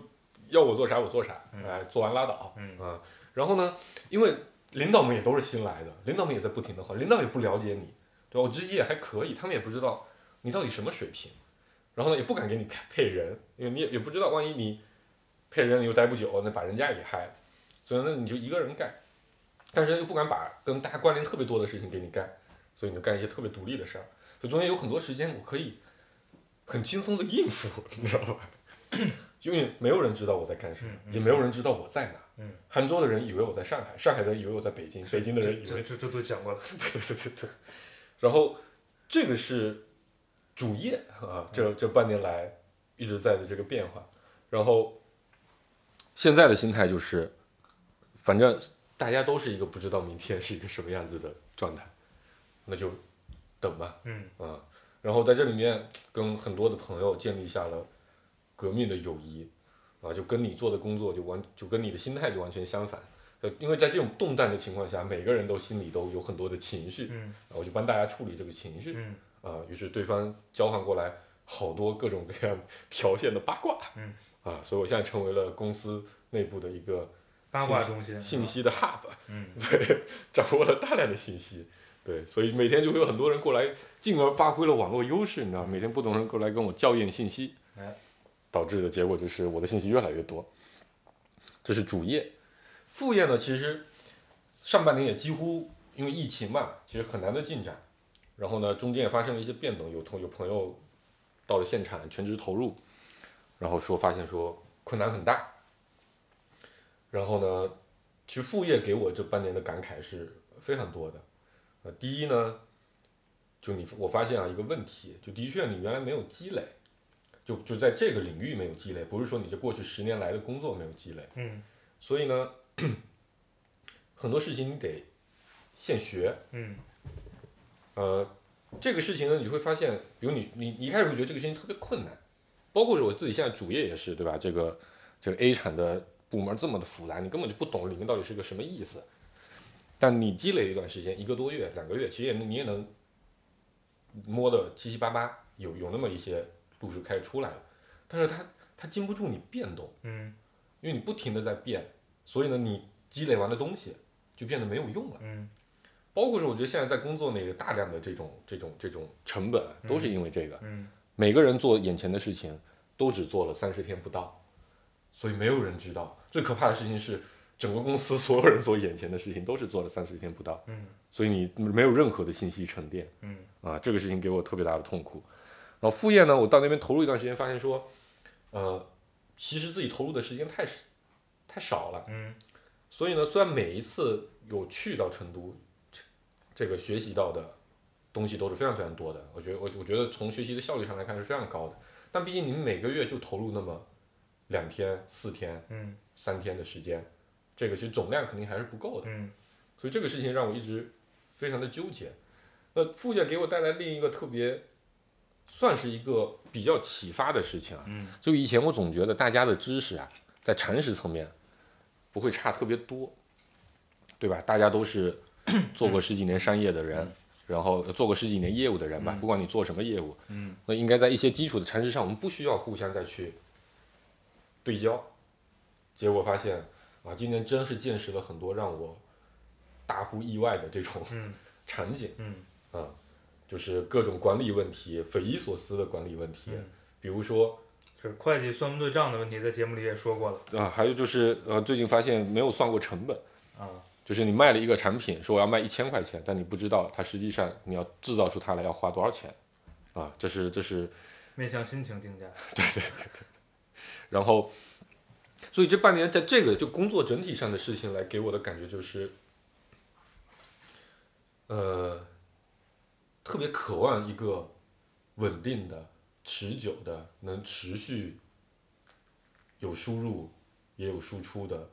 要我做啥我做啥，嗯哎，做完拉倒，嗯啊。然后呢，因为领导们也都是新来的，领导们也在不停的换，领导也不了解你，对吧？我职级也还可以，他们也不知道你到底什么水平，然后呢，也不敢给你配配人，因为你也也不知道，万一你配人你又待不久，那把人家也给害了，所以那你就一个人干，但是又不敢把跟大家关联特别多的事情给你干，所以你就干一些特别独立的事儿，所以中间有很多时间我可以。很轻松的应付，你知道吧？ 因为没有人知道我在干什么，嗯嗯也没有人知道我在哪。嗯杭州的人以为我在上海，上海的人以为我在北京，北京的人以这为……这这都讲过了。对 对对对对。然后这个是主业啊，这这半年来一直在的这个变化。然后现在的心态就是，反正大家都是一个不知道明天是一个什么样子的状态，那就等吧。嗯啊，然后在这里面跟很多的朋友建立下了革命的友谊，啊，就跟你做的工作就完，就跟你的心态就完全相反。呃，因为在这种动荡的情况下，每个人都心里都有很多的情绪，嗯啊，我就帮大家处理这个情绪，嗯啊，于是对方交换过来好多各种各样条线的八卦，嗯，啊，所以我现在成为了公司内部的一个八卦中心。信息的 hub，嗯对， 掌握了大量的信息，对，所以每天就会有很多人过来，进而发挥了网络优势，你知道吗，每天不同人过来跟我校验信息哎，导致的结果就是我的信息越来越多，这是主业，副业呢，其实上半年也几乎因为疫情嘛，其实很难的进展，然后呢，中间也发生了一些变动，有同有朋友到了现场全职投入，然后说发现说困难很大。然后呢，其实副业给我这半年的感慨是非常多的。呃，第一呢，就你我发现啊一个问题，就的确你原来没有积累，就就在这个领域没有积累，不是说你这过去十年来的工作没有积累，嗯所以呢， 很多事情你得现学。嗯呃，这个事情呢，你会发现，比如你你你一开始会觉得这个事情特别困难，包括是我自己现在主业也是，对吧？这个这个 A 产的部门这么的复杂，你根本就不懂里面到底是个什么意思。但你积累一段时间，一个多月、两个月，其实也能你也能摸得七七八八，有有那么一些路数开始出来了。但是它它经不住你变动，嗯因为你不停的在变，所以呢，你积累完的东西就变得没有用了。嗯包括是我觉得现在在工作内的大量的这种这种这种成本，啊都是因为这个。嗯每个人做眼前的事情都只做了三十天不到，所以没有人知道。最可怕的事情是，整个公司所有人做眼前的事情都是做了三十天不到，嗯所以你没有任何的信息沉淀嗯啊，这个事情给我特别大的痛苦。然后副业呢，我到那边投入一段时间，发现说，呃，其实自己投入的时间太少太少了。嗯所以呢，虽然每一次有去到成都，这个学习到的东西都是非常非常多的，我觉得我我觉得从学习的效率上来看是非常高的，但毕竟你每个月就投入那么两天、四天、嗯三天的时间，这个其实总量肯定还是不够的，嗯所以这个事情让我一直非常的纠结。那副业给我带来另一个特别，算是一个比较启发的事情啊，嗯就以前我总觉得大家的知识啊，在常识层面不会差特别多，对吧？大家 都是做过十几年商业的人，然后呃做过十几年业务的人吧，不管你做什么业务，嗯那应该在一些基础的常识上，我们不需要互相再去对焦。结果发现啊，今年真是见识了很多让我大呼意外的这种 嗯场景。嗯啊，就是各种管理问题，匪夷所思的管理问题，嗯比如说就是会计算不对账的问题，在节目里也说过了啊，还有就是呃，最近发现没有算过成本，啊，就是你卖了一个产品，说我要卖一千块钱，但你不知道它实际上你要制造出它来要花多少钱，啊，这是这是，面向心情定价。然后，所以这半年在这个就工作整体上的事情来给我的感觉就是，呃，特别渴望一个稳定的、持久的、能持续有输入也有输出的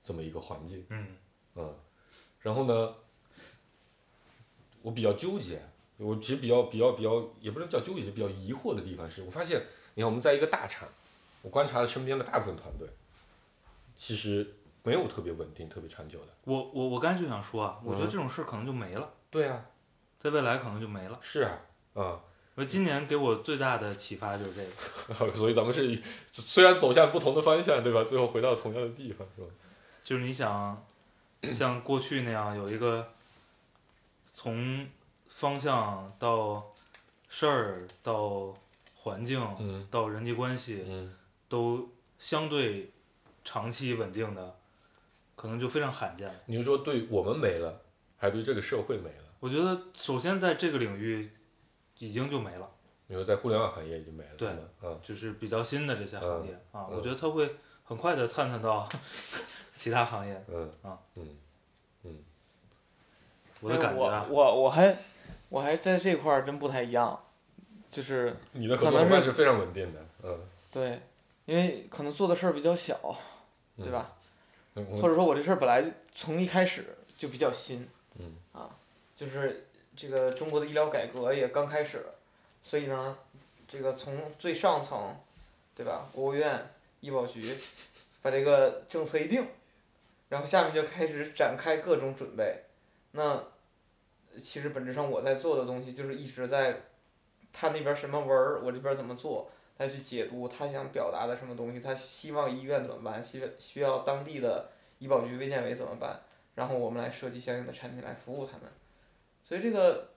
这么一个环境。嗯嗯，然后呢，我比较纠结，我其实比较比较比较，也不能叫纠结，比较疑惑的地方是，我发现，你看我们在一个大厂，我观察了身边的大部分团队，其实没有特别稳定、特别长久的。我我我刚才就想说啊，我觉得这种事儿可能就没了，对啊，在未来可能就没了。是啊，啊、 我今年给我最大的启发就是这个。所以咱们是虽然走向不同的方向，对吧？最后回到同样的地方，是吧？就是你想像过去那样有一个从方向到事儿到环境嗯到人际关系嗯都相对长期稳定的，可能就非常罕见了。你是说对我们没了，还是对这个社会没了？我觉得首先在这个领域已经就没了，你说在互联网行业已经没了，对是吗，嗯就是比较新的这些行业啊，嗯我觉得它会很快的窜窜到 其他行业。嗯啊嗯我的哎感觉啊我，我我还我还在这块儿真不太一样，就是你的合可作能伙伴是是非常稳定的，嗯。对，因为可能做的事儿比较小，嗯对吧？嗯我或者说我这事儿本来从一开始就比较新，嗯啊，就是这个中国的医疗改革也刚开始，所以呢，这个从最上层，对吧？国务院、医保局把这个政策一定，然后下面就开始展开各种准备。那其实本质上我在做的东西就是一直在他那边什么文儿，我这边怎么做。来去解读他想表达的什么东西，他希望医院怎么办，希需要当地的医保局、卫健委怎么办，然后我们来设计相应的产品来服务他们。所以这个，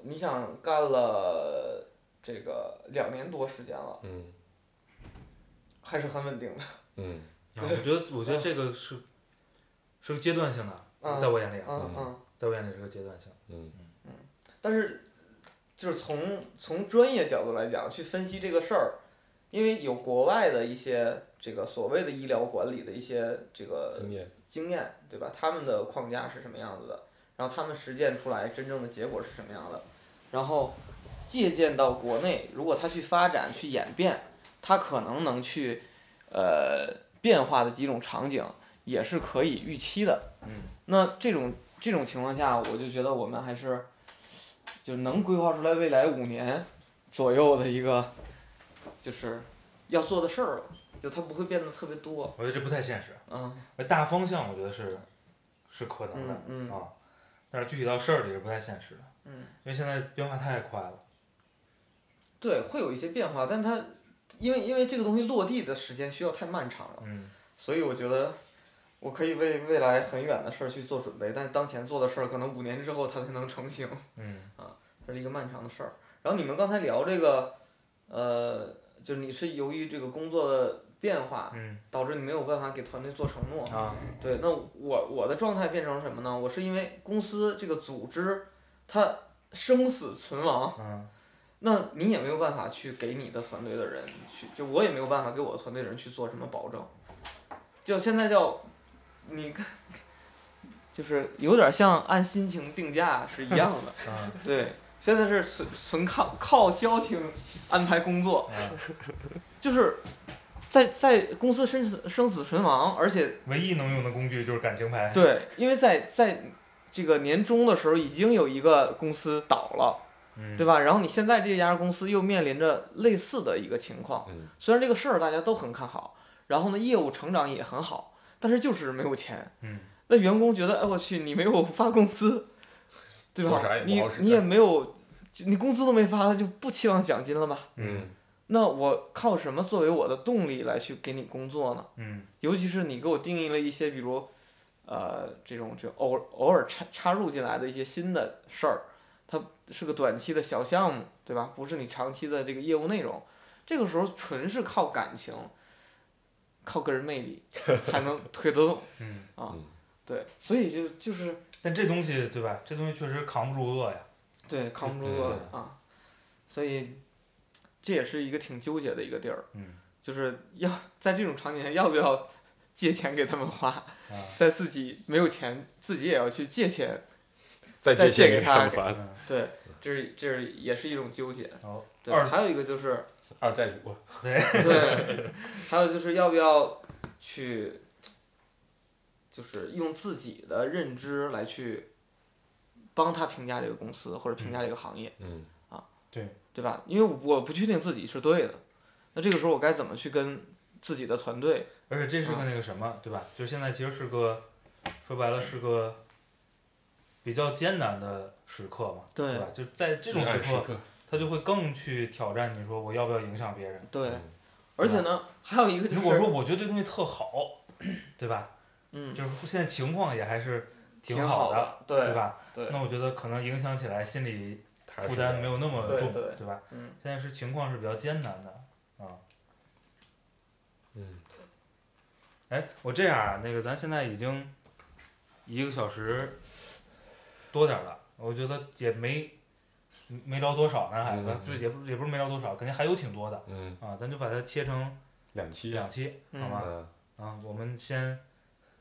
你想干了这个两年多时间了，嗯还是很稳定的。嗯啊我觉得我觉得这个是是个阶段性的，嗯在我眼里啊，嗯嗯嗯，在我眼里是个阶段性。嗯但是就是从从专业角度来讲去分析这个事儿，因为有国外的一些这个所谓的医疗管理的一些这个经验，经验，对吧？他们的框架是什么样子的，然后他们实践出来真正的结果是什么样的，然后借鉴到国内，如果他去发展、去演变，他可能能去呃变化的几种场景也是可以预期的。嗯，那这种这种情况下，我就觉得我们还是就能规划出来未来五年左右的一个就是要做的事儿了。就它不会变得特别多。我觉得这不太现实。嗯大方向我觉得是是可能的嗯、嗯啊，但是具体到事儿里是不太现实的，嗯，因为现在变化太快了。对，会有一些变化，但它因为因为这个东西落地的时间需要太漫长了，嗯，所以我觉得我可以为未来很远的事儿去做准备，但是当前做的事儿可能五年之后它才能成型。嗯，这是一个漫长的事儿。然后你们刚才聊这个，呃，就是你是由于这个工作的变化，嗯导致你没有办法给团队做承诺。啊，对，那我我的状态变成什么呢？我是因为公司这个组织，它生死存亡，嗯那你也没有办法去给你的团队的人去，就我也没有办法给我的团队的人去做什么保证。就现在叫你看，就是有点像按心情定价是一样 的。啊对，现在是纯纯靠靠交情安排工作，啊，就是在在公司生死生死存亡，而且唯一能用的工具就是感情牌。对，因为在在这个年终的时候已经有一个公司倒了，嗯，对吧？然后你现在这家公司又面临着类似的一个情况，嗯，虽然这个事儿大家都很看好，然后呢业务成长也很好，但是就是没有钱，嗯，那员工觉得哎我去你没有发工资，对说啥吧也？不你好使你也没有。就你工资都没发了，就不期望奖金了吧？嗯，那我靠什么作为我的动力来去给你工作呢？嗯尤其是你给我定义了一些，比如，呃，这种就偶偶尔插插入进来的一些新的事儿，它是个短期的小项目，对吧？不是你长期的这个业务内容。这个时候纯是靠感情，靠个人魅力才能推得 动。嗯，对，所以就就是但这东西对吧？这东西确实扛不住饿呀。对扛不住对啊对啊，所以这也是一个挺纠结的一个地儿。嗯就是要在这种场景下要不要借钱给他们花，啊，在自己没有钱自己也要去借钱，再再借钱给给他上传嗯对，这是这是也是一种纠结。好，对，哦二还有一个就是 二债主，对，还有就是要不要去，就是用自己的认知来去帮他评价这个公司或者评价这个行业，嗯对吧？因为我不确定自己是对的，那这个时候我该怎么去跟自己的团队？而且这是个啊那个什么，对吧？就是现在其实是个，说白了是个比较艰难的时刻嘛，对吧？就在这种至时暗刻，嗯刻，他就会更去挑战你说我要不要影响别人。对嗯，而且呢，还有一个就是，如果说我觉得这东西特好，对吧？嗯，就是现在情况也还是挺挺好好的，的，对对吧？对那我觉得可能影响起来心理踏实负担没有那么重，对对吧？嗯现在是情况是比较艰难的啊。嗯，哎，我这样啊，那个咱现在已经一个小时多点儿了，我觉得也没没聊多少呢，还嗯嗯就也不也不是没聊多少，肯定还有挺多的嗯，啊，咱就把它切成两期啊，两期嗯好吗？嗯啊，我们先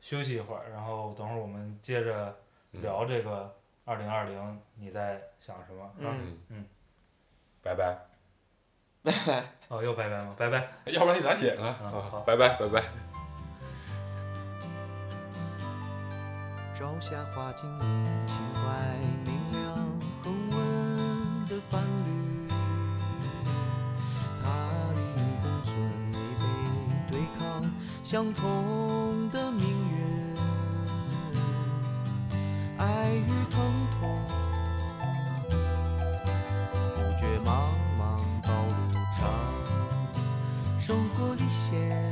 休息一会儿，然后等会儿我们接着嗯聊这个二零二零，你在想什么？啊嗯嗯嗯，拜拜， 哦，要拜拜吗？拜拜。要不然你咋剪啊？嗯好啊，拜拜拜拜。朝霞花径你情怀明亮恒温的伴侣，他与你共存，你被对抗相同的命运，爱与疼痛，不觉茫茫道路长，生活历险。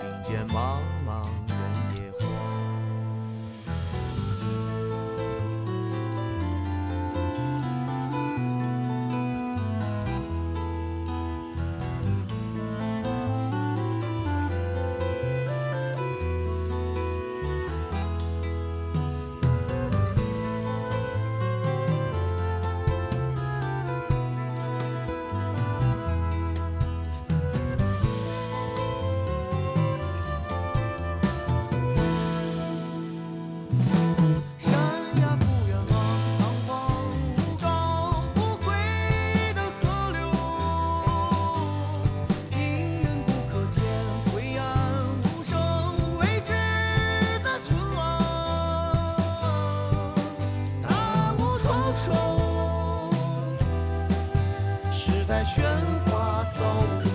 并肩茫茫人野荒。山呀不远望，苍茫无高不回的河流，隐隐不可见，晦暗无声未知的存亡，大雾重重，时代喧哗走。